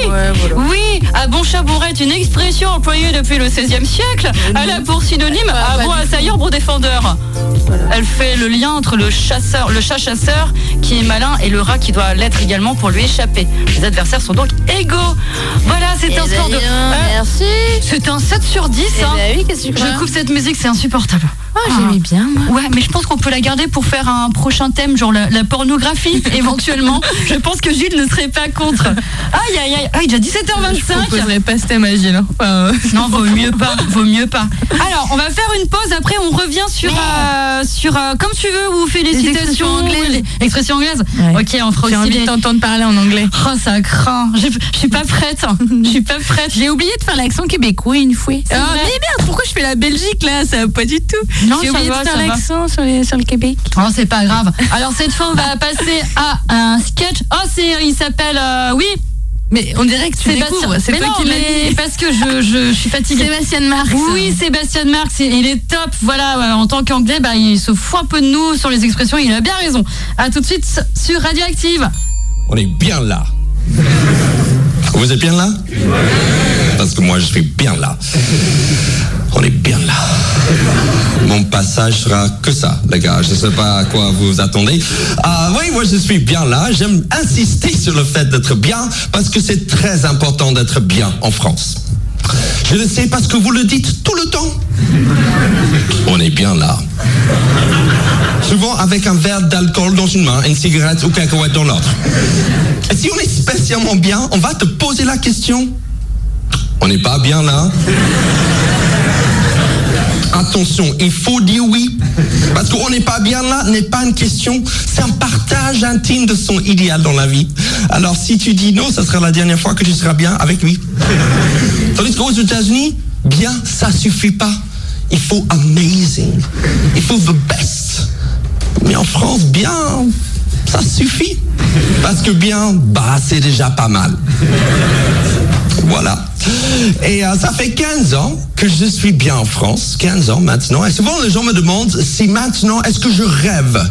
Ouais voilà. Oui, à bon Chabourret est une expression employée depuis le XVIe siècle. Elle a pour synonyme Ah, avant bah, assaillant pour défendeur. Elle fait le lien entre le chasseur, le chat chasseur qui est malin et le rat qui doit l'être également pour lui échapper. Les adversaires sont donc égaux. Voilà, c'est un Eh ben, score de. dis donc, Euh, Merci. C'est un 7 sur 10. Eh hein. ben oui, qu'est-ce que tu crois Je coupe cette musique, c'est insupportable. Ah, j'aimais bien, moi. Ouais, mais je pense qu'on peut la garder pour faire un prochain thème, genre la, la pornographie, éventuellement. Je pense que Gilles ne serait pas contre. Aïe, aïe, aïe, aïe, déjà 17h25. proposerais pas ce thème à Gilles. hein. Enfin, euh, Non, vaut mieux pas, vaut mieux pas. Alors, on va faire une pause, après on revient sur, euh, sur euh, comme tu veux, ou félicitations, expressions anglaises. oui, les expressions anglaises. Ouais. Ok, on fera J'ai aussi envie les... de t'entendre parler en anglais. Oh, ça craint. Je je suis pas prête. hein. Je suis pas prête. J'ai oublié de faire l'accent québécois une fois. Ah, vrai. mais merde, pourquoi je fais la Belgique là Ça va pas du tout. Non, J'ai ça oublié va, de faire ça va. l'accent sur, les- sur le Québec. Oh, c'est pas grave. Alors, cette fois, on va passer à un sketch. Oh, c'est, il s'appelle, euh, oui, Mais on dirait que tu Sébastien. découvres. C'est Mais toi non, qui l'as mais dit. Parce que je, je, je suis fatiguée. Sébastien Marx. Oui, Sébastien Marx, il il est top. Voilà, ouais, en tant qu'anglais, bah, il se fout un peu de nous sur les expressions. Il a bien raison. À tout de suite sur Radioactive. On est bien là. Vous êtes bien là Parce que moi, je suis bien là. On est bien là. Mon passage sera que ça, les gars. Je ne sais pas à quoi vous attendez. Ah oui, moi, je suis bien là. J'aime insister sur le fait d'être bien parce que c'est très important d'être bien en France. Je le sais parce que vous le dites tout le temps. On est bien là. Souvent avec un verre d'alcool dans une main, une cigarette ou cacahuète dans l'autre. Et si on est spécialement bien, on va te poser la question. On n'est pas bien là. Attention, il faut dire oui. Parce qu'on n'est pas bien là n'est pas une question, c'est un partage intime de son idéal dans la vie. Alors si tu dis non, ça sera la dernière fois que tu seras bien avec lui. Tandis qu'aux États-Unis, bien, ça suffit pas. Il faut amazing. Il faut the best. Mais en France, bien, ça suffit. Parce que bien, bah, c'est déjà pas mal. Voilà. Et euh, ça fait 15 ans que je suis bien en France, 15 ans maintenant. Et souvent, les gens me demandent si maintenant, est-ce que je rêve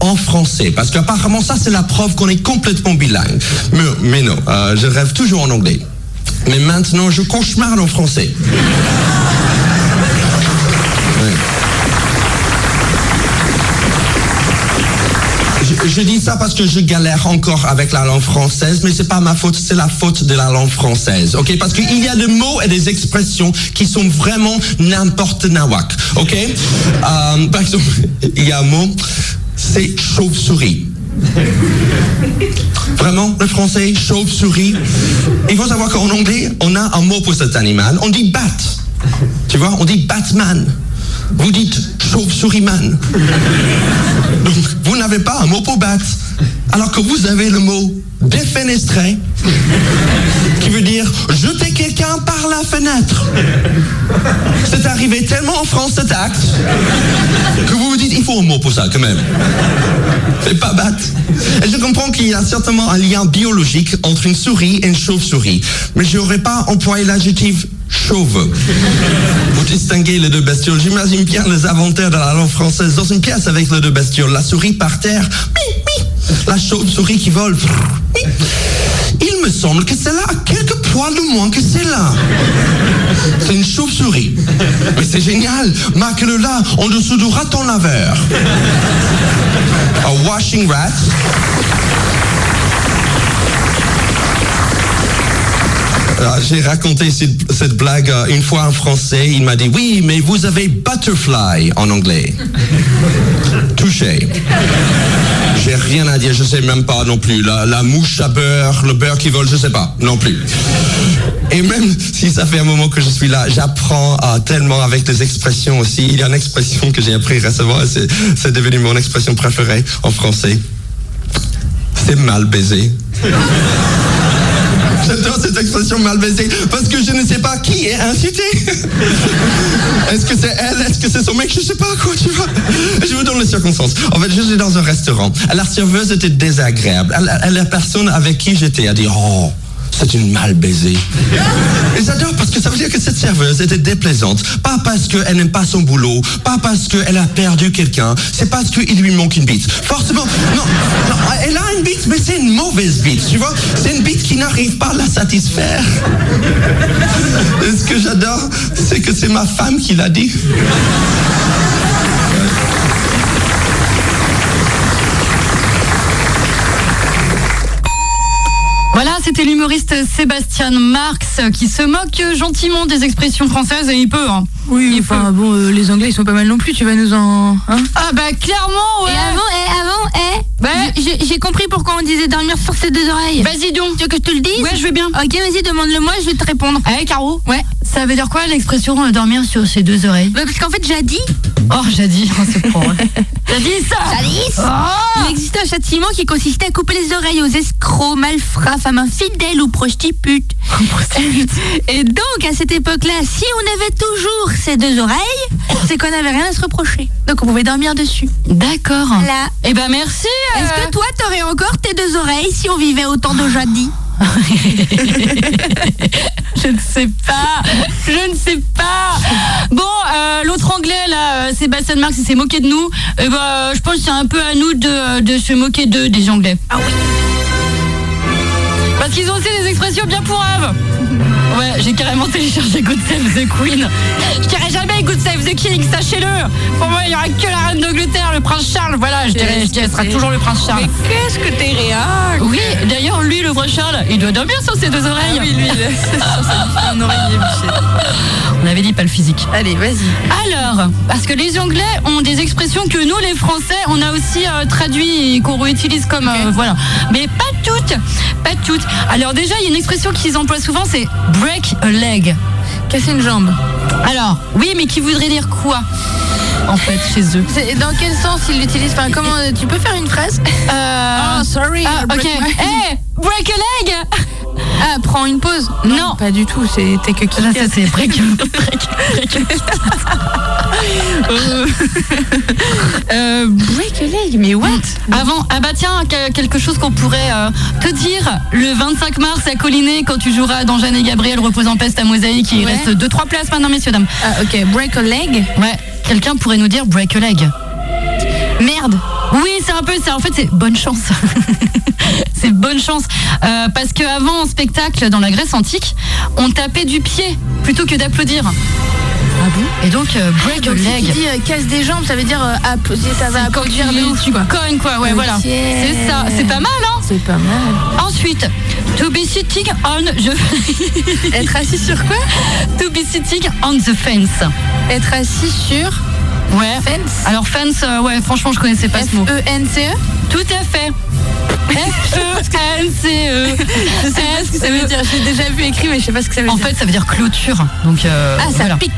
en français Parce qu'apparemment, ça, c'est la preuve qu'on est complètement bilingue. Mais, mais non, euh, je rêve toujours en anglais. Mais maintenant, je cauchemarde en français. Ouais. Je, je dis ça parce que je galère encore avec la langue française, mais c'est pas ma faute, c'est la faute de la langue française, ok Parce qu'il y a des mots et des expressions qui sont vraiment n'importe nawak, ok Euh, Par exemple, il y a un mot, c'est chauve-souris. Vraiment, le français, chauve-souris. Il faut savoir qu'en anglais, on a un mot pour cet animal. On dit bat. Tu vois, on dit Batman. Vous dites chauve-souris man. Donc, vous n'avez pas un mot pour battre, alors que vous avez le mot défenestré, qui veut dire jeter quelqu'un par la fenêtre. C'est arrivé tellement en France cet acte que vous vous dites il faut un mot pour ça quand même. C'est pas battre. Et je comprends qu'il y a certainement un lien biologique entre une souris et une chauve-souris, mais je n'aurais pas employé l'adjectif chauve pour distinguer les deux bestioles. J'imagine bien les inventaires de la langue française dans une pièce avec les deux bestioles. La souris par terre, mi, mi. la chauve-souris qui vole. mi. Il me semble que celle-là a quelques poils de moins que celle-là. C'est une chauve-souris. Mais c'est génial. Marque-le là, en dessous du raton laveur. A washing rat. Ah, J'ai raconté cette, cette blague euh, une fois en français. Il m'a dit Oui, mais vous avez butterfly en anglais. Touché. J'ai rien à dire, je sais même pas non plus. La, la mouche à beurre, le beurre qui vole, je sais pas non plus. Et même si ça fait un moment que je suis là, j'apprends euh, tellement avec des expressions aussi. Il y a une expression que j'ai appris récemment et c'est c'est devenu mon expression préférée en français. C'est mal baisé. J'adore cette expression mal baisée parce que je ne sais pas qui est insulté. Est-ce que c'est elle Est-ce que c'est son mec Je sais pas quoi, tu vois. Je vous donne les circonstances. En fait, j'étais dans un restaurant. La serveuse était désagréable. Elle- elle- La personne avec qui j'étais a dit Oh, c'est une mal baisée. Et j'adore parce que ça veut dire que cette serveuse était déplaisante. Pas parce qu'elle n'aime pas son boulot, pas parce qu'elle a perdu quelqu'un, c'est parce qu'il lui manque une bite. Forcément, non, non, elle a une bite, mais c'est une mauvaise bite, tu vois. C'est une bite qui n'arrive pas à la satisfaire. Et ce que j'adore, c'est que c'est ma femme qui l'a dit. Voilà, c'était l'humoriste Sébastien Marx qui se moque gentiment des expressions françaises et il peut. hein. Oui, enfin bon, euh, les Anglais ils sont pas mal non plus, tu vas nous en. hein Ah bah clairement, ouais. Bah, Et avant, et avant, eh Ouais. J'ai j'ai compris pourquoi on disait dormir sur ses deux oreilles. Vas-y donc. Tu veux que je te le dise Ouais, je vais bien. Ok, vas-y, demande-le moi, je vais te répondre. Ouais, Caro. Ouais. Ça veut dire quoi l'expression euh, dormir sur ses deux oreilles Bah, parce qu'en fait, j'ai dit, Oh, j'ai dit, oh, c'est pour. J'ai dit ça. il existait un châtiment qui consistait à couper les oreilles aux escrocs, malfrats, femmes infidèles ou prostitutes. Et donc, à cette époque-là, si on avait toujours ces deux oreilles, c'est qu'on n'avait rien à se reprocher. Donc, on pouvait dormir dessus. D'accord. Voilà. Eh ben merci. euh, Est-ce que toi, t'aurais encore tes deux oreilles si on vivait autant de jadis Je ne sais pas. Je ne sais pas. Bon, euh, l'autre anglais, là, euh, Sébastien Marx, il s'est moqué de nous. Eh ben, euh, je pense que c'est un peu à nous de, de se moquer d'eux, des anglais. Ah oui. Parce qu'ils ont aussi des expressions bien pourraves. Ouais, j'ai carrément téléchargé Good Save the Queen. Je dirais jamais Good Save the King, sachez-le. Pour moi, il n'y aura que la reine d'Angleterre, le prince Charles. Voilà, je dirais, je dirais, ce sera toujours le prince Charles. Qu'est-ce que t'es réac Ah Oui, d'ailleurs, lui, le prince Charles, il doit dormir sur ses deux oreilles. Oui, lui, il a- c'est sur sa- un oreiller bouché. On avait dit pas le physique. Allez, vas-y. Alors, parce que les Anglais ont des expressions que nous, les Français, on a aussi euh, traduit et qu'on réutilise comme euh, voilà, mais pas toutes, pas toutes. Alors déjà, il y a une expression qu'ils emploient souvent, c'est break a leg. Casser une jambe. Alors, oui, mais qui voudrait dire quoi en fait chez eux C'est- Dans quel sens il l'utilise Enfin, comment tu peux faire une phrase Euh, Oh, sorry. ah, ok. break my- Eh, break a leg. Ah, prends une pause. Non. pas du tout. C'était que qui Là, ça c'est break, break, break. Euh, break a leg, mais what Avant, ah bah tiens, que- quelque chose qu'on pourrait euh, te dire le 25 mars à Collinet quand tu joueras dans Jeanne et Gabriel repose en peste à Mosaïque. Il Ouais. reste 2-3 places maintenant, messieurs, dames. Ah, ok. Break a leg. Ouais, quelqu'un pourrait nous dire break a leg. Merde. Oui, c'est un peu ça. En fait, c'est bonne chance. c'est bonne chance. Euh, parce qu'avant, en spectacle, dans la Grèce antique, on tapait du pied plutôt que d'applaudir. Et donc, euh, break a Ah Donc, si tu leg. dis euh, casse des jambes, ça veut dire euh, app- ça va Quand tu produire de ouf, quoi. cognes, quoi. Ouais, voilà. C'est ça. C'est pas mal, hein C'est pas mal. Ensuite, to be sitting on the Être assis sur quoi to be sitting on the fence. Être assis sur Ouais. fence. Alors fence, euh, ouais, franchement, je connaissais pas ce mot. E F-E-N-C-E. Tout à fait. F E N C E. Je sais pas ce que ça veut dire. J'ai déjà vu écrit, mais je sais pas ce que ça veut En dire. fait, ça veut dire clôture. Donc euh, ah, ça voilà. pique.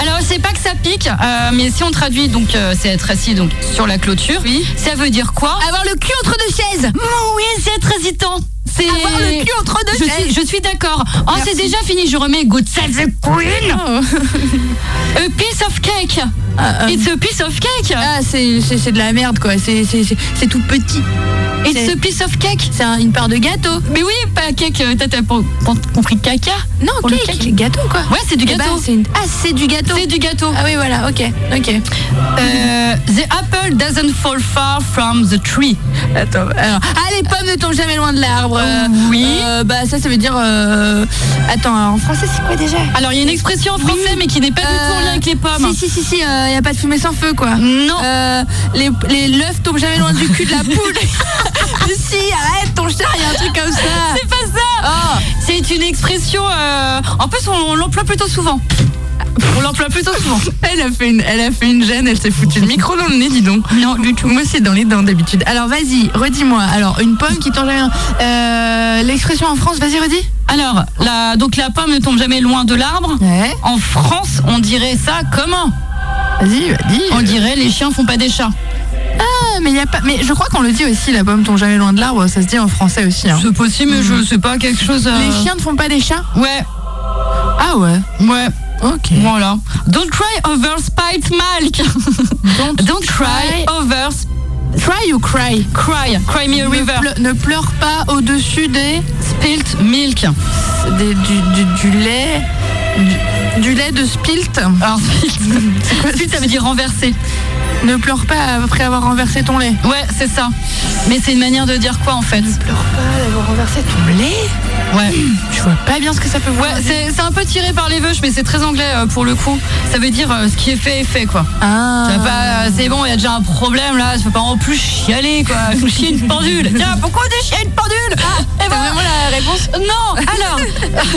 Alors, c'est pas que ça pique, euh, mais si on traduit, donc euh, c'est être assis donc sur la clôture. Oui. Ça veut dire quoi Avoir le cul entre deux chaises Oui, c'est être hésitant. C'est Avoir le cul entre deux Je chaises suis, je suis d'accord. Oh, c'est déjà fini. Je remets Good Save the Queen. Oh. a piece of cake. It's a piece of cake. euh. Ah, c'est c'est- c'est de la merde, quoi. C'est c'est- c'est- c'est tout petit. It's c'est- a piece of cake. C'est un- une part de gâteau. Mais oui, pas cake. euh, T'as t'as pas- pas compris caca Non, Pour le cake. cake. Gâteau, quoi. Ouais, c'est du Eh ben, gâteau. c'est une- Ah, c'est du gâteau. c'est du gâteau. Ah bah. oui, voilà, ok. Ok. Euh, the apple doesn't fall far from the tree. Attends. Alors, ah, les pommes ne tombent jamais loin de l'arbre. Euh, Oh, Oui. euh, bah, ça, ça veut dire. euh, Attends, en français, c'est quoi déjà Alors, il y a une expression en français, mais qui n'est pas du tout en lien avec les pommes. Euh, Si, si, si, si, il n'y a pas de fumée sans feu, quoi. Non. Euh, les, les l'œuf tombe jamais loin du cul de la poule. Mais si, arrête, ton chat, il y a un truc comme ça. Oh, C'est pas ça C'est une expression. euh, En plus, on, on l'emploie plutôt souvent. On l'emploie plutôt souvent. Elle a fait une, elle a fait une gêne, elle s'est foutue le micro dans le nez, dis donc. Non, du tout. Moi, c'est dans les dents d'habitude. Alors, vas-y, redis-moi. Alors, une pomme qui tombe jamais. Euh, L'expression en France, vas-y, redis. Alors, la, donc la pomme ne tombe jamais loin de l'arbre. Ouais. En France, on dirait ça comment Vas-y, vas-y. On dirait les chiens font pas des chats. Ah, mais il y a pas. Mais je crois qu'on le dit aussi. La pomme tombe jamais loin de l'arbre. Ça se dit en français aussi. hein. C'est possible, mais je sais pas quelque chose. euh, Les chiens ne font pas des chats. Ouais, Ah ouais. ouais, Ok. voilà. Don't cry over spite milk. Don't, cry over Cry ou cry Cry, Cry Me a ne, River. ple- ne pleure pas au-dessus des, Spilt Milk. des- du, du- du lait. Du, du lait de spilt. Alors, spilt, spilt, ça veut dire renversé. Ne pleure pas après avoir renversé ton lait. Ouais, c'est ça. Mais c'est une manière de dire quoi en fait Ouais, Je vois pas bien ce que ça peut ouais vouloir. dire. c'est c'est un peu tiré par les veuches, mais c'est très anglais euh, pour le coup. Ça veut dire euh, ce qui est fait est fait quoi. Ah. Ça va pas, euh, c'est bon, il y a déjà un problème là, je peux pas en plus chialer quoi. Faut chier une pendule. Tiens, pourquoi on dit chier une pendule Eh ben, Ah, vraiment la réponse Non, alors,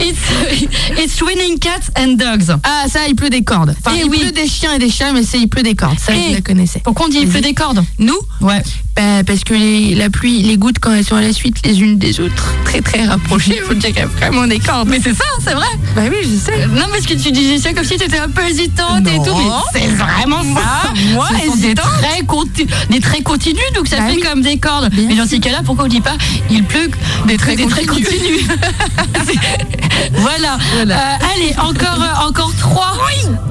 it's, it's raining cats and dogs. Ah, ça, il pleut des cordes. Enfin, Eh il oui. pleut des chiens et des chats, mais c'est il pleut des cordes. Ça, Eh. je la connaissais. Pourquoi on dit il pleut des cordes Nous Ouais. Bah, parce que les- la pluie, les gouttes, quand elles sont à la suite les unes des autres, très très rapprochées, vous direz vraiment des cordes. Mais c'est ça, c'est vrai. Bah oui, je sais. Non, parce que tu disais ça comme si tu étais un peu hésitante et tout, mais c'est vraiment ça. moi, Ce sont des hésitante. traits, conti- des traits continus, donc ça Bah fait oui. comme des cordes. Bien mais dans ces cas-là, pourquoi on dit pas il pleut des traits des traits continus Voilà. Euh, allez, encore, euh, encore trois.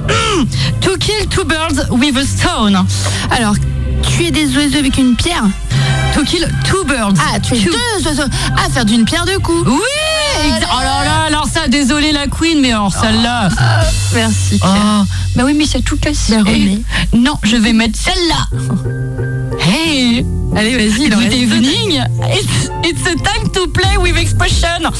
to kill two birds with a stone. Alors, tuer des oiseaux avec une pierre To kill two birds. Ah, tuer Two- deux oiseaux Ah, faire d'une pierre deux coups Oui exa- Oh là là, alors ça, désolé la queen, mais alors celle-là. Ah, Merci. Oh, bah oui, mais c'est tout cassé. La remets. Non, je vais mettre celle-là. Hey, Allez, vas-y, il en good reste deux. evening. It's, it's a time to play with expression.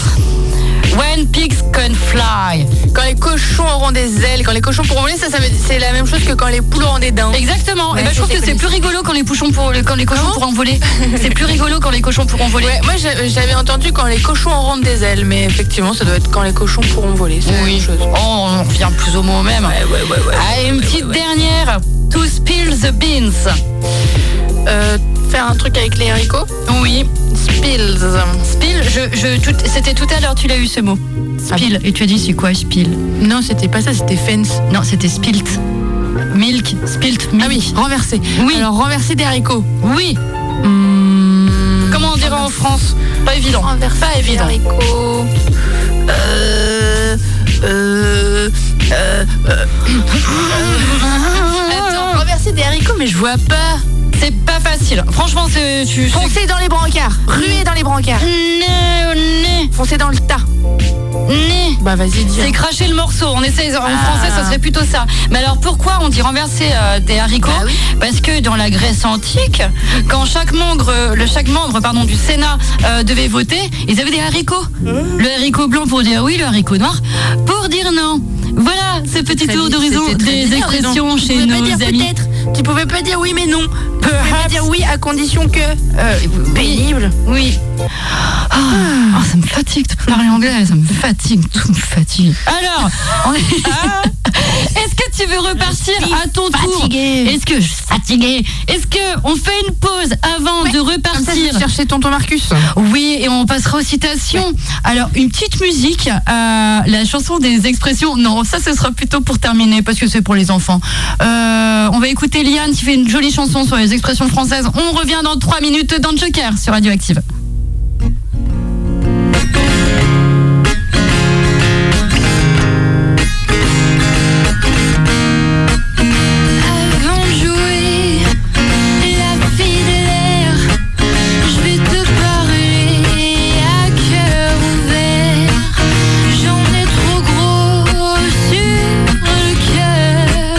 When pigs can fly. Quand les cochons auront des ailes, quand les cochons pourront voler, ça, ça veut- c'est la même chose que quand les poules auront des dents. Exactement. Ouais, Et ben, je trouve c'est que c'est connu. plus rigolo quand les, pouchons pour, quand les cochons Comment pourront voler. c'est plus rigolo quand les cochons pourront voler. Ouais, moi j'a- j'avais entendu quand les cochons auront des ailes, mais effectivement, ça doit être quand les cochons pourront voler. C'est la même chose. Oh, on revient plus au mot même. Allez, une petite dernière. To spill the beans. Euh, faire un truc avec les haricots Oui. Spills. Spill, je, je, tout- c'était tout à l'heure, tu l'as eu ce mot. Spill. Ah Et tu as dit, c'est quoi spill Non, c'était pas ça, c'était fence. Non, c'était spilt. Milk, spilt milk. Ah oui, renverser. Oui. Alors renverser des haricots. Oui. Comment on dirait en France Pas évident. Renverser Pas évident. haricots. Euh. Euh. Euh. Attends, renverser des haricots, mais je vois pas. C'est pas facile. Franchement, c'est. Tu, c'est- Foncer dans les brancards. Ruer dans les brancards. Né, oh, né, Foncer dans le tas. né. Bah vas-y, dis. C'est cracher le morceau. On essaie, en Ah. français, ça serait plutôt ça. Mais alors pourquoi on dit renverser euh, des haricots Bah oui. Parce que dans la Grèce antique, quand chaque membre, euh, le, chaque membre pardon, du Sénat euh, devait voter, ils avaient des haricots. Ah. Le haricot blanc pour dire oui, le haricot noir pour dire non. Voilà ce petit tour d'horizon C'était très des bizarre, dis donc. expressions Tu chez pouvais nos pas dire amis. peut-être. Tu pouvais pas dire oui, mais non. Tu pouvais pas Perhaps. dire oui à condition que. Euh, oui. Pénible. Oui. Ah, ah, ça me fatigue de parler anglais, ça me fatigue, tout me fatigue. Alors, on est- est-ce que tu veux repartir à ton tour Ah. Fatigué. Est-ce que je suis fatiguée Est-ce que on fait une pause avant de repartir chercher tonton Marcus. Oui, et on passera aux citations. Alors, une petite musique, euh, la chanson des expressions. Non, ça, ce sera plutôt pour terminer, parce que c'est pour les enfants. Euh, on va écouter Liane qui fait une jolie chanson sur les expressions françaises. On revient dans 3 minutes dans Joker sur Radioactive. Avant de jouer la fille de l'air, je vais te parler à cœur ouvert. J'en ai trop gros sur le cœur.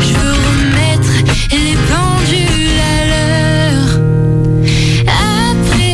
Je veux remettre les pendules à l'heure. Après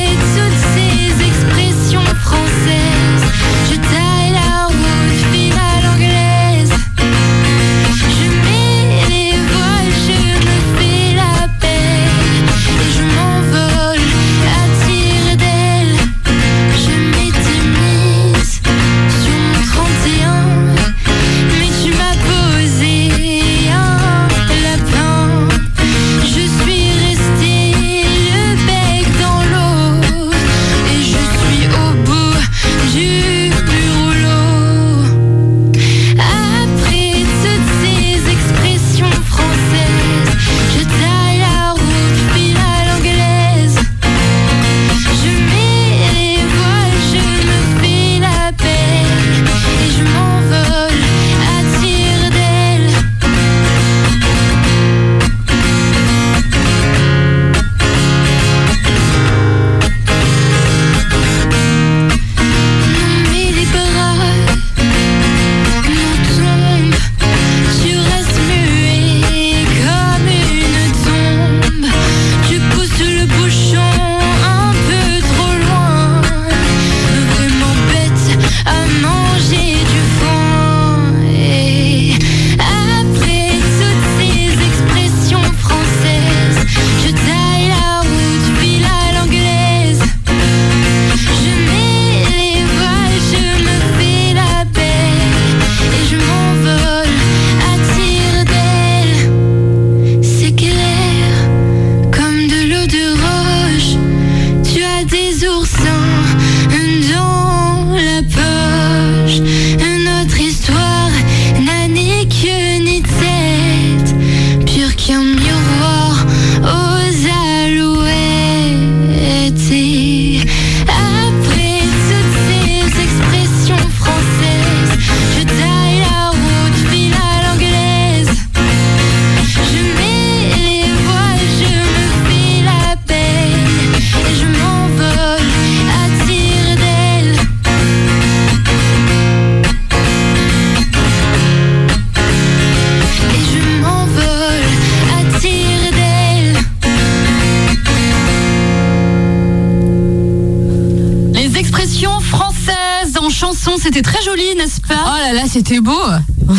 française en chanson. C'était très joli, n'est-ce pas Oh là là, c'était beau. Moi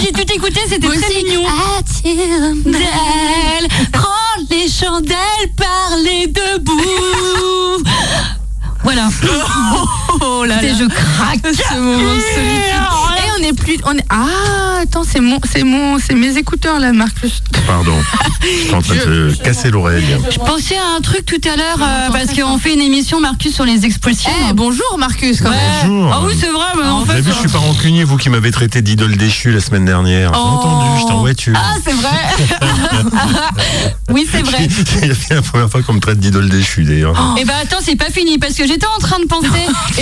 j'ai tout écouté, c'était Moi très aussi. mignon. Attire d'elle, prendre les chandelles par les deux bouts. Voilà. Oh là Et je craque ce moment de solitude. Et on est plus. On est... Ah, attends, c'est mon, c'est mon, c'est mes écouteurs là, Marcus. Pardon. Je suis en train de te casser l'oreille. Je pensais à un truc tout à l'heure euh, parce qu'on fait une émission Marcus sur les expressions. Eh, bonjour Marcus. Quand même. Bonjour. Ah oui, c'est vrai, mais en Vous avez fait. euh, vu, je suis pas rancunier, vous qui m'avez traité d'idole déchue la semaine dernière. J'ai entendu, j'étais en voiture. Oh. Ah, c'est vrai. oui, c'est vrai. C'est la première fois qu'on me traite d'idole déchue d'ailleurs. Et bah attends, c'est pas fini parce que j'étais en train de penser.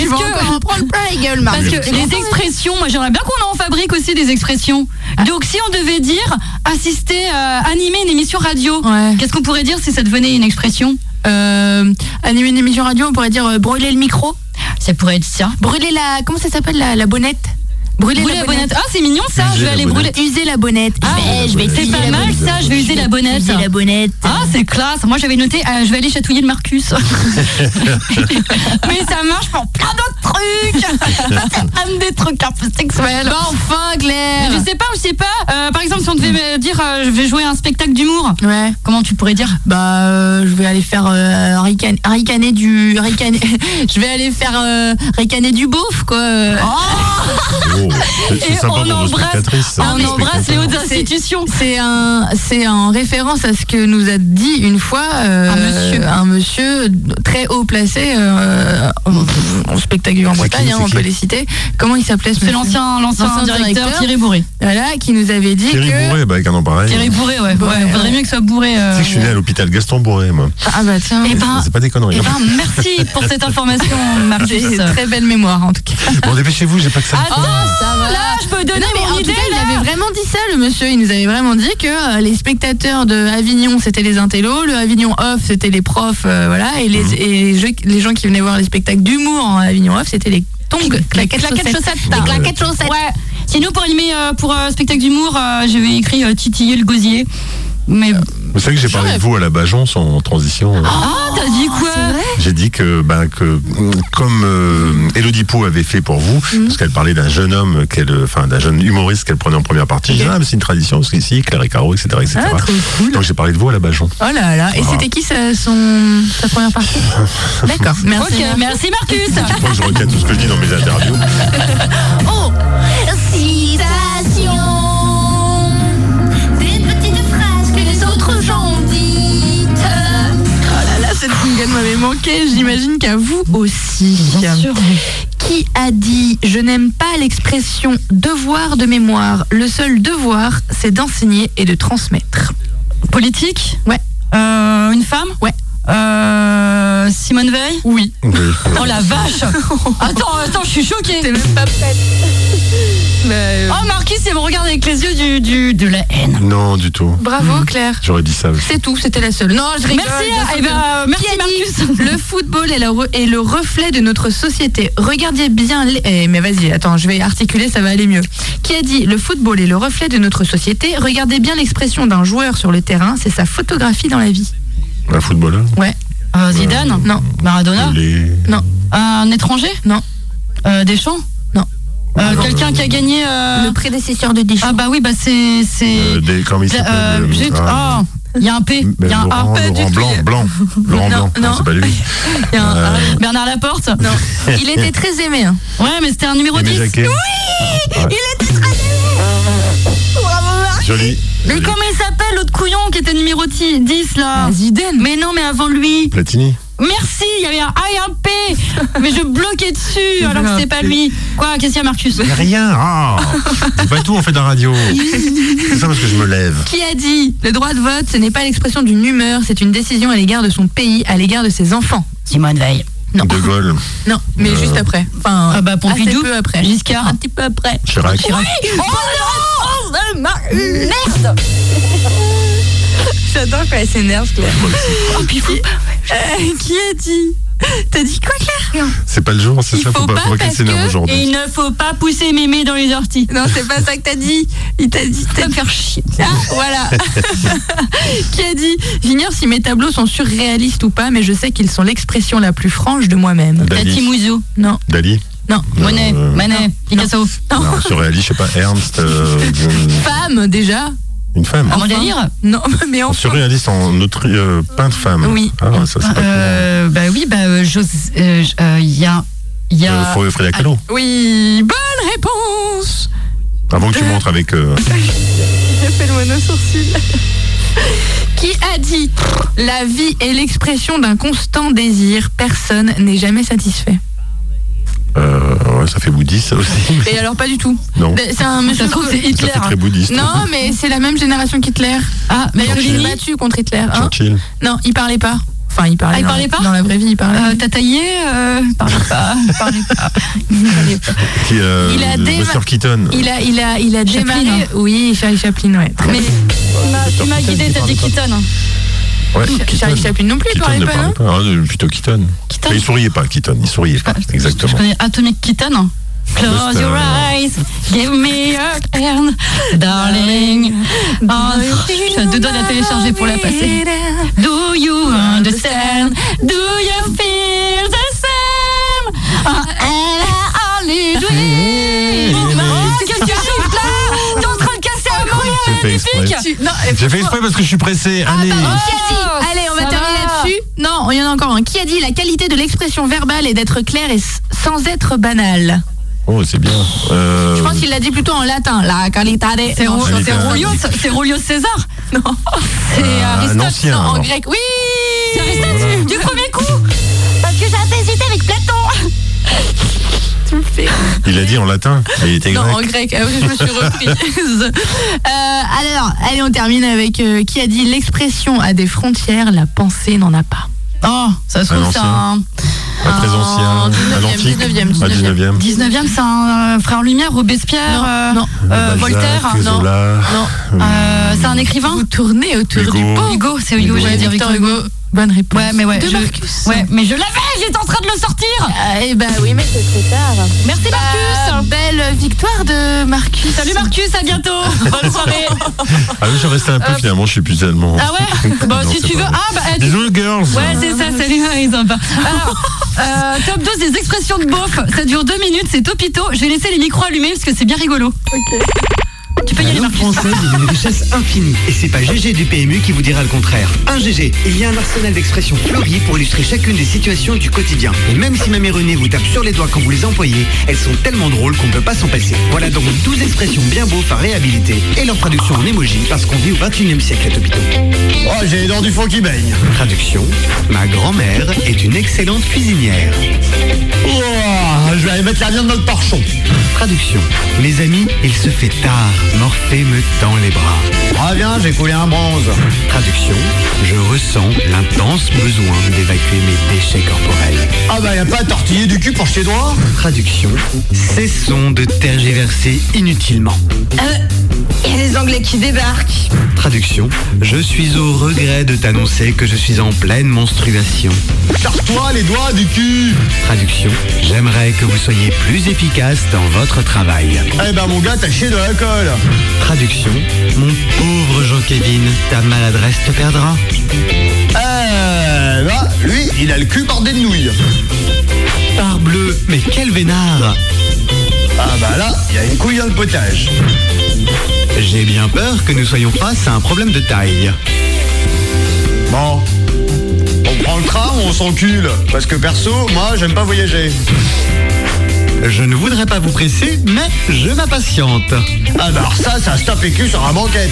Est-ce vas que encore en prendre plein la gueule, Marcus. Parce que les expressions, moi j'aimerais bien qu'on en fabrique aussi des expressions. Ah. Donc si on devait dire assister, euh, animer une émission radio, Ouais. qu'est-ce qu'on pourrait dire si ça devenait une expression Euh, animer une émission radio, on pourrait dire euh, brûler le micro, Ça pourrait être ça. brûler la. Comment ça s'appelle la, la bonnette Brûler, Brûler la bonnette. Ah c'est mignon ça, User je vais la aller brûler. bonnette. User la bonnette. Ah, je vais c'est utiliser pas la mal bonnette. ça, je vais user la bonnette. User la bonnette. Ah c'est classe, moi j'avais noté, euh, je vais aller chatouiller le Marcus. Mais ça marche pour plein d'autres trucs. Ça donne des trucs un peu sexuels. Bah, enfin, Claire. Je sais pas, je sais pas. euh, par exemple, si on devait me dire, euh, je vais jouer à un spectacle d'humour, Ouais. comment tu pourrais dire Bah, euh, je vais aller faire euh, rican- ricaner du ricaner. je vais aller faire euh, ricaner du beauf quoi. Oh, c'est- c'est Et on sympa pour hein. vos embrasse- spectatrices. on vos embrasse les spectateurs. hautes C'est- institutions. C'est un, c'est en référence à ce que nous a dit une fois euh, Un monsieur. un monsieur très haut placé euh, en, en spectacle en C'est Bretagne, qui, hein, c'est on peut qui les citer. Comment il s'appelait ce C'est monsieur l'ancien, l'ancien L'ancien directeur directeur. Thierry Bourré. Voilà, qui nous avait dit Thierry que. Bourré, bah, avec un nom pareil. Thierry Bourré, ouais. ouais, ouais. Faudrait mieux que ce soit bourré. euh. Tu sais que je suis né à l'hôpital Gaston Bourré, moi. Ah bah tiens. Eh ben, C'est pas des conneries. hein. eh ben, merci pour cette information, Marcus. C'est très belle mémoire en tout cas. ben, Bon, dépêchez-vous, j'ai pas que ça. Ah, à faire. ça va. Là, je peux donner Non, mais mon en tout idée. cas, il là. avait vraiment dit ça, le monsieur. Il nous avait vraiment dit que euh, les spectateurs de Avignon, c'était les intellos, le Avignon Off, c'était les profs, euh, voilà, et, les, et les, jeux- les gens qui venaient voir les spectacles d'humour en Avignon Off, c'était les tongs, claquettes, Claquettes, chaussettes. chaussettes. Des claquettes, chaussettes. Ouais. Sinon, pour animer euh, pour euh, spectacle d'humour, euh, j'avais écrit euh, Titiller le gosier. Mais Vous savez que j'ai parlé de vous à la Bajon en transition. euh. ah, t'as dit quoi J'ai dit que, ben, que comme euh, Elodie Pou avait fait pour vous, parce qu'elle parlait d'un jeune homme, qu'elle, euh, enfin d'un jeune humoriste qu'elle prenait en première partie, j'ai dit, ah, mais c'est une tradition, parce qu'ici, Claire et Caro, etc. etc. Donc j'ai parlé de vous à la Bajon. Oh là là. Et c'était qui sa, son, sa première partie D'accord, merci. Ok, merci Marcus. Faut que je retienne tout ce que je dis dans mes interviews. Citation Des petites phrases que les autres gens ont dites Là, cette jingle m'avait manqué, j'imagine qu'à vous aussi. Qui a dit Je n'aime pas l'expression devoir de mémoire. Le seul devoir, c'est d'enseigner et de transmettre. Politique Ouais. Euh, une femme Ouais. Euh, Simone Veil Oui. Oui. Oh la vache Attends, attends, je suis choquée T'es même pas prête. Bah, euh, Oh Marquis, il me regarde avec les yeux du, du- de la haine. Non, du tout. Bravo Claire. J'aurais dit ça. C'est tout, c'était la seule. Non, je rigole. Mmh. Merci, bien sûr eh que ben, non. euh, merci Qui a dit, Marcus Le football est, la re- est le reflet de notre société. Regardez bien les... eh, mais vas-y, attends, je vais articuler, ça va aller mieux. Qui a dit Le football est le reflet de notre société. Regardez bien l'expression d'un joueur sur le terrain, c'est sa photographie dans la vie. Un footballeur Ouais. Euh, Zidane Non. Maradona les... Non. Un étranger Non. Euh, Deschamps Non. Ah, Euh, Quelqu'un qui a gagné... euh, Le prédécesseur de Deschamps. Ah bah oui, bah c'est... c'est... Euh, des, comment il Euh, s'appelle euh, zut, ah, oh, il y a un P, il ben, y a un A. Laurent, Pas du Laurent tout, il y Blanc, a- Blanc. Laurent Non, Blanc, non. c'est pas lui. Il y a un- Euh, Bernard Laporte Non. Ah, Il était très aimé. hein. Ouais, mais c'était un numéro Aimé 10. Jacquet. Ouais. Joli. Mais Joli. comment il s'appelle l'autre couillon qui était numéro 10 là Zidane. Mais non, mais avant lui. Platini. Merci, il y avait un A et un P. Mais je bloquais dessus alors que avait un c'était pas lui. Quoi Qu'est-ce qu'il y a, Marcus Y a Rien. Ah. C'est pas tout, on fait de la radio. C'est ça parce que je me lève. Qui a dit Le droit de vote, ce n'est pas l'expression d'une humeur, c'est une décision à l'égard de son pays, à l'égard de ses enfants. Simone Veil. Non. De Gaulle, Non, mais juste après. Enfin, Ah bah, assez Pompidou. peu après. Giscard. Un petit peu après. Chirac. Oh J'adore quand elle s'énerve, Claire. Oh, puis fou. Euh, qui a dit T'as dit quoi, Claire C'est pas le jour, c'est Il ça, faut pas, faut pas qu'elle parce s'énerve que aujourd'hui. il ne faut pas pousser mémé dans les orties. Non, c'est pas ça que t'as dit. Il t'a dit. Ça me faire chier. Ah, voilà. Qui a dit J'ignore si mes tableaux sont surréalistes ou pas, mais je sais qu'ils sont l'expression la plus franche de moi-même. Tati Dali. Mouzou. Non, Dali non. Monet, euh, Manet, Picasso. Non. Non, surréaliste, je sais pas, Ernst, euh, Femme, déjà. une femme. Amanda Enfin. Lear Non, mais enfin. Surréaliste en autre euh, peintre femme. Oui. Ah, ça c'est pas Euh, bah oui, bah euh, Jos- euh, j- euh, il y a, il y cool. Euh, a. Fr- Frida Kahlo. Oui, bonne réponse Avant que tu montres avec. euh, Appelle-moi nos sourcils. Qui a dit La vie est l'expression d'un constant désir, personne n'est jamais satisfait. euh, ouais, ça fait bouddhiste ça aussi. mais Et alors, pas du tout. non. C'est un monsieur. c'est Ça Hitler. fait très bouddhiste. hein. Non, mais c'est la même génération qu'Hitler. Ah, D'ailleurs, il s'est Mussolini, battu contre Hitler. hein. Churchill. Non, il parlait pas. Enfin, il parlait, Ah, il dans la- parlait pas dans la vraie vie, il parlait. euh, t'as taillé, euh, parlez pas, parlez pas. Qui, euh, Il a le déma- Buster Keaton. Il a, il a, il a Chaplin, démarré. hein. Oui, Charlie Chaplin, ouais. Mais tu m'as- tu m'as guidé, t'as dit Keaton. Ouais, Charlie Chaplin non plus, il Keaton parlait ne pas, hein parlait non pas. Ah, euh, plutôt Keaton. Keaton. Mais il souriait pas, Keaton. Il souriait pas. Je Exactement. connais Atomic Kitten. Close Juste, your euh, eyes, give me your hand, darling. Oh, je suis à deux doigts de la télécharger pour la passer. Do you understand? Do you feel the same? Oh, elle a only dream. Oh, qu'est-ce que tu chantes là? T'es en train de casser Ah, un moyen J'ai fait exprès. Tu- non, euh, J'ai fait exprès parce que je suis pressé. Ah, Allez. Qui a dit Oh, Allez, on va ça terminer va. là-dessus. Non, il y en a encore un. Qui a dit la qualité de l'expression verbale est d'être clair et s- sans être banal Oh, c'est bien. Euh, Je pense qu'il l'a dit plutôt en latin. La qualité de. C'est Ro- je l'ai c'est pas. Rollios, c'est Rollios César. Non. C'est euh, un Aristote. ancien. en alors. grec. Oui. C'est Aristote du premier coup. Parce que j'avais hésité avec Platon. Il a dit en latin. mais Il était Non, grec. en grec. Après, je me suis reprise. Euh, alors, allez, on termine avec euh, qui a dit l'expression a des frontières, la pensée n'en a pas. Oh, ça se Un trouve, c'est ancien. un. À présentiel. en À 19e, l'antique. 19e, À 19e. 19e, c'est un euh, frère Lumière, Robespierre, euh, euh, Balzac, Voltaire. Non. Zola, Euh, c'est un écrivain Vous tournez autour Hugo. du pot. Hugo, c'est Hugo, Hugo. j'allais dire Victor Hugo. Bonne réponse. Ouais, mais ouais. De je- Marcus. Ouais, Ah, mais je l'avais, j'étais en train de le sortir. Eh ben oui, mais c'est trop tard. Merci Marcus. Belle victoire de Marcus. Salut Marcus, à bientôt. Bonne soirée. Ah oui, je restais un peu finalement, je suis plus tellement. Euh, Ah ouais Bon, Non, si c'est tu pas veux. vrai. Ah, bah, euh, Bisous les girls Ouais, c'est ça, salut, il est sympa. Alors, euh, top 12 des expressions de beauf. Ça dure deux minutes, c'est topito. Je vais laisser les micros allumés parce que c'est bien rigolo. Tu peux y aller, La langue Marcus. française est d'une richesse infinie. Et c'est pas GG du PMU qui vous dira le contraire. Un GG, il y a un arsenal d'expressions fleuries pour illustrer chacune des situations du quotidien. Et même si Mamie Renée vous tape sur les doigts quand vous les employez, elles sont tellement drôles qu'on ne peut pas s'en passer. Voilà donc 12 expressions bien beaufs à réhabiliter et leur traduction en émoji parce qu'on vit au 21 e siècle à Topito. Oh, j'ai les dents du fond qui baignent. Traduction Ma grand-mère est une excellente cuisinière. Oh, je vais aller mettre la viande dans le torchon. Traduction Mes amis, il se fait tard. Morphée me tend les bras. Reviens, Ah, j'ai coulé un bronze. Traduction, je ressens l'intense besoin d'évacuer mes déchets corporels. Ah bah, y a pas à tortiller du cul pour chez toi Traduction, cessons de tergiverser inutilement. Il y a les Anglais qui débarquent. Traduction, je suis au regret de t'annoncer que je suis en pleine menstruation. Charge-toi les doigts du cul. Traduction, j'aimerais que vous soyez plus efficace dans votre travail. Eh ben, mon gars, t'as chié de la colle. Traduction, mon pauvre Jean-Kevin, ta maladresse te perdra. Eh ben, lui, il a le cul bordé de nouilles. Parbleu, mais quel vénard Ah bah là, y a une couille dans le potage. J'ai bien peur que nous soyons face à un problème de taille. Bon. On prend le train ou on s'encule Parce que perso, moi, j'aime pas voyager. Je ne voudrais pas vous presser, mais je m'impatiente. Ah bah alors ça, ça se tape les culs sur un banquette.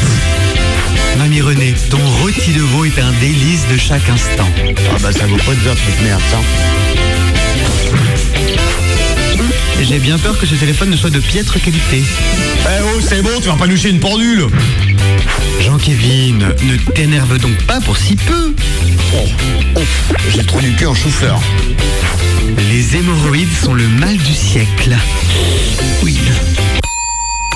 Mamie Renée, ton rôti de veau est un délice de chaque instant. Ah bah ça vaut pas de dire cette merde, ça. J'ai bien peur que ce téléphone ne soit de piètre qualité. Eh oh, c'est bon, tu vas pas nous chier une pendule. Jean-Kévin, ne t'énerve donc pas pour si peu. Oh, oh, j'ai trop du cul en chou-fleur. Les hémorroïdes sont le mal du siècle. Oui.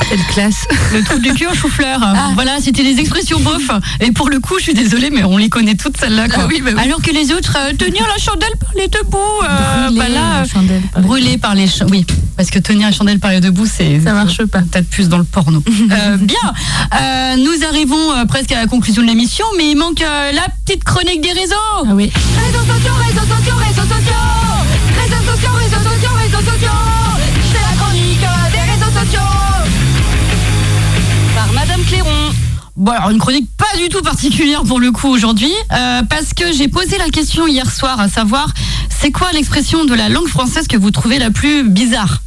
Quelle classe. Le trou du cul en chou-fleur. Ah. Voilà, c'était les expressions bof. Et pour le coup, je suis désolée, mais on les connaît toutes celles-là. Ah quoi. bah Alors que les autres, euh, tenir la chandelle par les deux bouts. euh, Brûler bah là, la euh, chandelle par les brûler par les cha- Oui, parce que tenir la chandelle par les deux bouts, c'est. Ça marche pas. Peut-être plus dans le porno. Euh, bien, Euh, nous arrivons euh, presque à la conclusion de l'émission, mais il manque euh, la petite chronique des réseaux. Ah oui. Réseaux sociaux, réseaux sociaux, réseaux sociaux. Réseaux sociaux, réseaux sociaux, réseaux sociaux. C'est la chronique des réseaux sociaux. par Madame Cléron. Bon, alors une chronique pas du tout particulière pour le coup aujourd'hui, euh, parce que j'ai posé la question hier soir, à savoir, c'est quoi l'expression de la langue française que vous trouvez la plus bizarre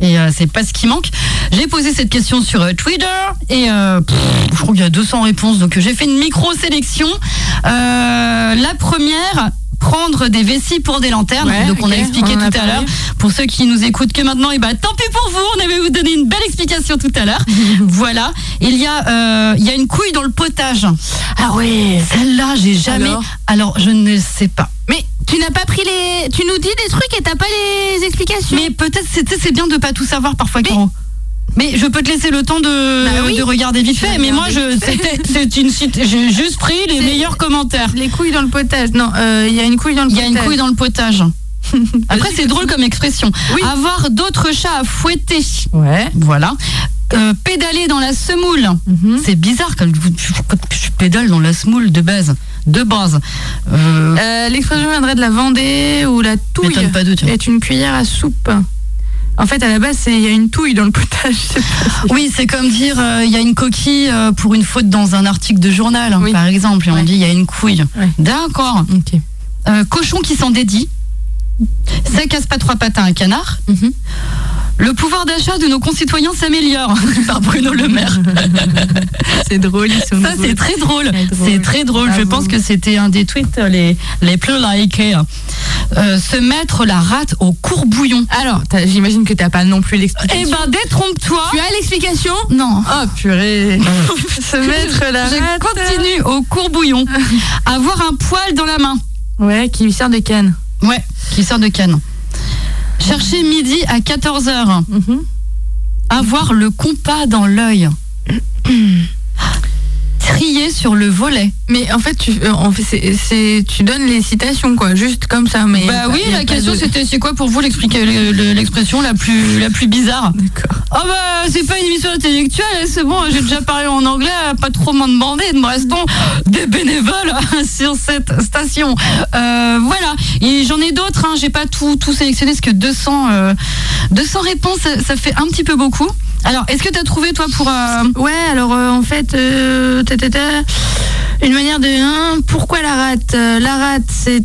Et euh, c'est pas ce qui manque. J'ai posé cette question sur euh, Twitter et euh, pff, je crois qu'il y a 200 réponses, donc euh, j'ai fait une micro-sélection. Euh, la première, prendre des vessies pour des lanternes, Ouais, donc on a ok, expliqué on en a tout à parlé. l'heure. Pour ceux qui nous écoutent que maintenant, et ben tant pis pour vous, on avait vous donné une belle explication tout à l'heure. voilà, il y a euh, il y a une couille dans le potage. Ah ouais. Celle-là, j'ai jamais. Alors, Alors je ne sais pas. Mais tu n'as pas pris les. Tu nous dis des trucs et t'as pas les explications. Mais peut-être c'est c'est bien de pas tout savoir parfois, Caro. Mais je peux te laisser le temps de, Bah oui. de regarder vite fait. Mais moi, je c'était- c'est une cite- j'ai juste pris les C'est- meilleurs commentaires. Les couilles dans le potage. Non, euh, il y a une couille dans le Il y potage. a une couille dans le potage. Après, c'est drôle comme expression. Oui. Avoir d'autres chats à fouetter. Ouais. Voilà. Euh, pédaler dans la semoule. Mhm. C'est bizarre quand je, je pédale dans la semoule de base. De base. Euh, Euh, L'expression viendrait de la Vendée où la touille m'étonne pas d'eux, tiens. est une cuillère à soupe. En fait, à la base, c'est- il y a une touille dans le potage. c'est pas- Oui, c'est comme dire euh, il y a une coquille euh, pour une faute dans un article de journal, hein, Oui. par exemple, et on Ouais. dit il y a une couille. Ouais. D'accord. Ok. Euh, cochon qui s'en dédie. Ça casse pas trois pattes à un canard. Mhm. Le pouvoir d'achat de nos concitoyens s'améliore, par Bruno Le Maire. C'est drôle, ils sont Ça, drôles. c'est très drôle. Très drôle. C'est très drôle. Je Bravo. pense que c'était un des tweets euh, les, les plus likés. Euh, se mettre la rate au courbouillon. Alors, t'as- j'imagine que t'as pas non plus l'explication. Eh ben, détrompe-toi. tu as l'explication Non. Oh purée Se mettre la Je rate. continue au courbouillon. Avoir un poil dans la main. Ouais, qui lui sert de canne. Ouais, qui sort de Cannes. Chercher midi à 14h. Mhm. Avoir le compas dans l'œil. Trier sur le volet. Mais en fait, tu, euh, en fait, c'est- c'est- tu donnes les citations, quoi, juste comme ça. Mais Bah oui, y a la pas question de- c'était c'est quoi pour vous l'explica- le- le- l'expression la plus, la plus bizarre D'accord. Oh bah c'est pas une émission intellectuelle, hein, c'est bon, j'ai déjà parlé en anglais, hein, pas trop m'en demander, nous restons des bénévoles hein, sur cette station. Euh, voilà, et j'en ai d'autres, hein, j'ai pas tout, tout sélectionné, parce que 200, euh, 200 réponses, ça- ça fait un petit peu beaucoup. Alors, est-ce que t'as trouvé toi pour... euh, Ouais, alors euh, en fait, euh, ta, ta, ta, une manière de. hein, pourquoi la rate Euh, La rate, c'est.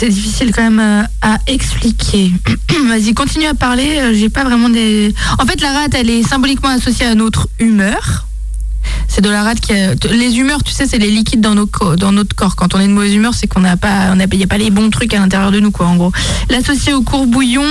C'est difficile quand même euh, à expliquer. Vas-y, continue à parler. euh, J'ai pas vraiment des. En fait, la rate, elle est symboliquement associée à notre humeur. C'est de la rate qui a... Les humeurs, tu sais, c'est les liquides dans, nos co- dans notre corps. Quand on est de mauvaise humeur, c'est qu'on n'a pas... Il n'y a pas les bons trucs à l'intérieur de nous, quoi, en gros. L'associer au courbouillon,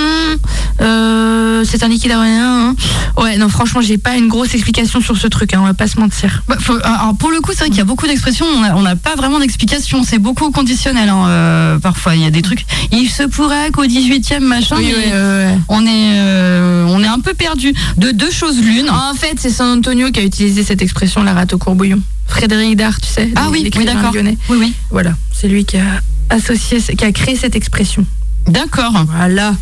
euh, c'est un liquide à rien. hein. Ouais, non, franchement, j'ai pas une grosse explication sur ce truc, hein, on va pas se mentir. bah, faut- alors, pour le coup, c'est vrai qu'il y a beaucoup d'expressions, hein, on a- on n'a pas vraiment d'explication, c'est beaucoup au conditionnel hein, euh, parfois, il y a des trucs... Il se pourrait qu'au 18e machin... mais- euh, On est, euh, on est un peu perdu. De deux choses l'une. En fait, c'est San Antonio qui a utilisé cette expression, la rate au courbouillon. Frédéric Dard, tu sais. Ah oui, oui, l'écrivain d'accord. lyonnais. Oui, oui. Voilà, c'est lui qui a associé, qui a créé cette expression. D'accord. Voilà.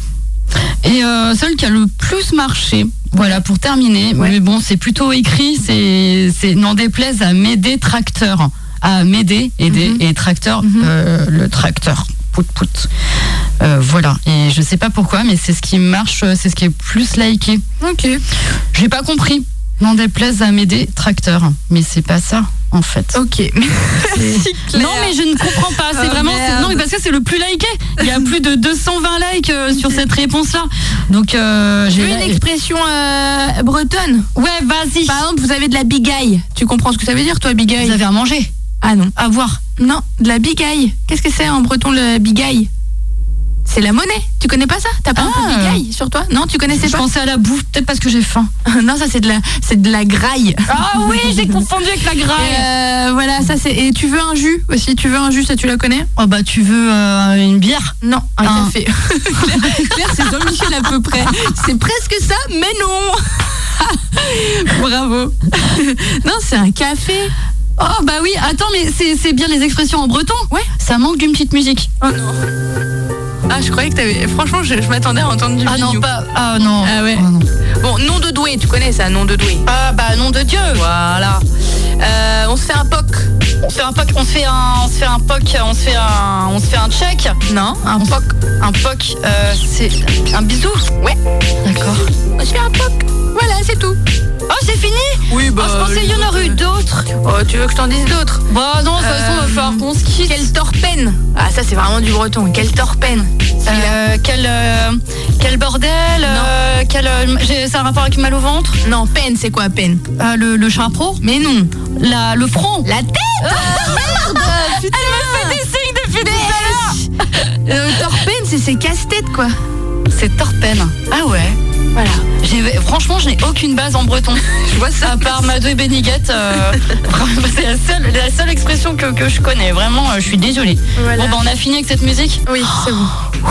Et euh, celle qui a le plus marché. Voilà, pour terminer. Mais bon, c'est plutôt écrit. C'est, c'est n'en déplaise à mes détracteurs. À m'aider, aider et tracteur, euh, le tracteur. Pout, pout. Euh, voilà. Et je sais pas pourquoi, mais c'est ce qui marche, euh, c'est ce qui est plus liké. Ok. J'ai pas compris. N'en déplaise à mes détracteurs. Mais c'est pas ça, en fait. Ok. Merci Claire. Non mais je ne comprends pas, c'est Oh, vraiment c'est- merde. non mais parce que c'est le plus liké. Il y a plus de 220 likes euh, sur cette réponse là. Donc euh, Tu j'ai veux une expression euh, bretonne Ouais, vas-y. Par exemple, vous avez de la bigaille. Tu comprends ce que ça veut dire, toi, bigaille Vous avez à manger, Ah non. à voir. Non, de la bigaille. Qu'est-ce que c'est en breton, le bigaille C'est la monnaie. Tu connais pas ça T'as pas un peu Ah. de bigaille sur toi Non, tu connaissais Je pas pensais à la bouffe, peut-être parce que j'ai faim. Non, ça, c'est de la, c'est de la graille. Ah oui, j'ai confondu avec la graille. Euh, voilà, ça c'est. Et tu veux un jus aussi Tu veux un jus, ça tu la connais Oh bah tu veux euh, une bière Non, un Un. café. Claire, Claire, c'est Jean-Michel à peu près. C'est presque ça, mais non. Bravo. non, c'est un café. Oh bah oui, attends, mais c'est c'est bien les expressions en breton Ouais. Ça manque d'une petite musique. Oh non. Ah, je croyais que t'avais. Franchement, je, je m'attendais à entendre du Ah non, Minou. pas. Ah non. Ah ouais. non. Bon, nom de doué, tu connais ça, nom de doué. Ah bah nom de Dieu. Voilà. Euh, on se fait un poc. On se fait un poc, on se fait un, on se fait un poc, on se fait un, on se fait un check. Non Un poc, un poc, euh, c'est un bisou. Ouais. D'accord. On se fait un poc. Voilà, c'est tout. Oh c'est fini. Oui, bah, oh, je pensais qu'il y en aurait eu d'autres. Oh, tu veux que je t'en dise d'autres Bah non, de toute façon, on va Euh, falloir qu'on se quitte. Quelle torpène Ah, ça, c'est vraiment du breton. Quelle torpène Euh, quel, euh, quel bordel euh, quel, euh, j'ai- Ça a un rapport avec mal au ventre Non, peine, c'est quoi peine Euh, Le, le chapeau Mais non. la, Le front La tête Elle me fait des signes depuis des heures euh, Torpène, c'est ses casse-têtes, quoi. C'est torpène. Ah ouais Voilà. J'ai- Franchement, je n'ai aucune base en breton. Je vois ça. À part Madou et Beniguette, euh, vraiment, c'est la seule, la seule expression que, que je connais. Vraiment, euh, je suis désolée. Voilà. Bon, bah, on a fini avec cette musique. Oh, Oui, c'est bon.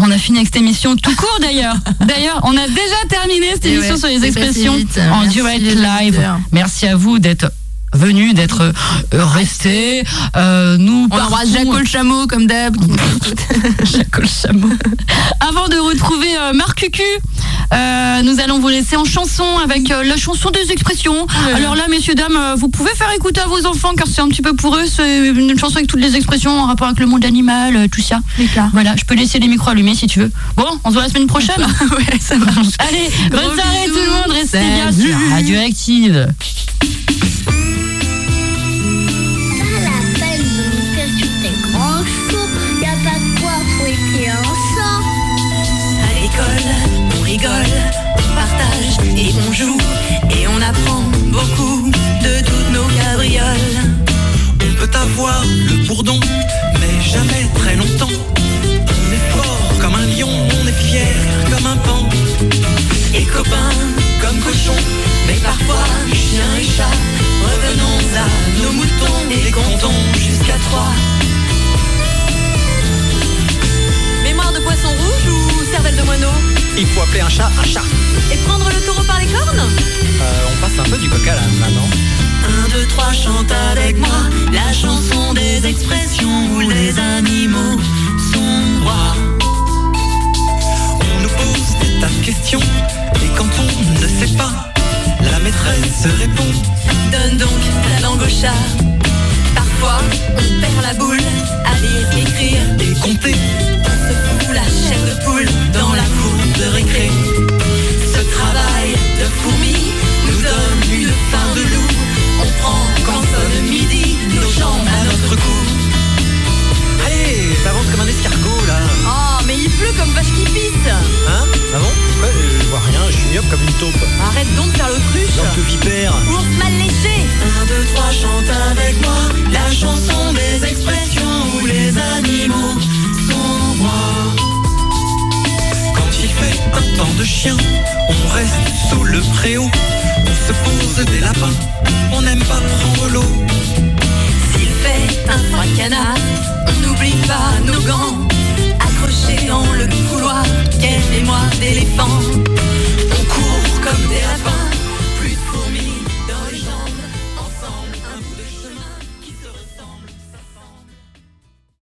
On a fini avec cette émission tout court d'ailleurs. D'ailleurs, on a déjà terminé cette Et émission Eh ouais, sur c'est les passé expressions vite. en Merci direct les live. auditeurs. Merci à vous d'être venus, d'être euh, restés. Euh, nous On embrasse Jaco le chameau, comme d'hab. Jaco le chameau. Avant de retrouver euh, Marc Cucu, euh, nous allons vous laisser en chanson avec euh, la chanson des expressions. Ah Alors là, messieurs, dames, euh, vous pouvez faire écouter à vos enfants car c'est un petit peu pour eux. C'est une chanson avec toutes les expressions en rapport avec le monde animal, euh, tout ça. Voilà, je peux laisser les micros allumés si tu veux. Bon, on se voit la semaine prochaine. ouais, ça marche. Allez, bonne soirée tout bisous. le monde, restez bien Salut. sur Radioactive. À la peine de nous discuter grand chose, y a pas de quoi fouetter ensemble. À l'école, on rigole, on partage et on joue et on apprend beaucoup de toutes nos cabrioles. On peut avoir le bourdon, mais jamais très longtemps. On est fort comme un lion, on est fier comme un pan. Et copains comme cochons, mais parfois chien et chat. Revenons à nos moutons et comptons jusqu'à trois. Mémoire de poisson rouge ou cervelle de moineau Il faut appeler un chat un chat. Et prendre le taureau par les cornes Euh, on passe un peu du coq à l'âne maintenant. 1, 2, 3, chante avec moi la chanson des expressions où les animaux sont rois. On nous pose des tas de questions, et quand on ne sait pas, la maîtresse répond. Donne donc ta langue au chat. Parfois, on perd la boule à lire, écrire. Et compter, On se fout la chair de poule dans la cour de récré. Ce travail de fourmi nous donne une faim de loup. On prend quand sonne midi nos jambes à notre cou. allez, t'avances comme un escargot là. Oh, mais il pleut comme vache qui pisse Hein Ah bon Ouais, euh, je vois rien, je suis myope comme une taupe. Arrête donc de faire l'autruche Langue de vipère. Ours mal léché 1, 2, 3, chante avec moi La chanson des expressions où les animaux sont rois Quand il fait un temps de chien, on reste sous le préau. On se pose des lapins, on n'aime pas prendre l'eau. S'il fait un froid canard On n'oublie pas nos gants Accrochés dans le couloir Ken et moi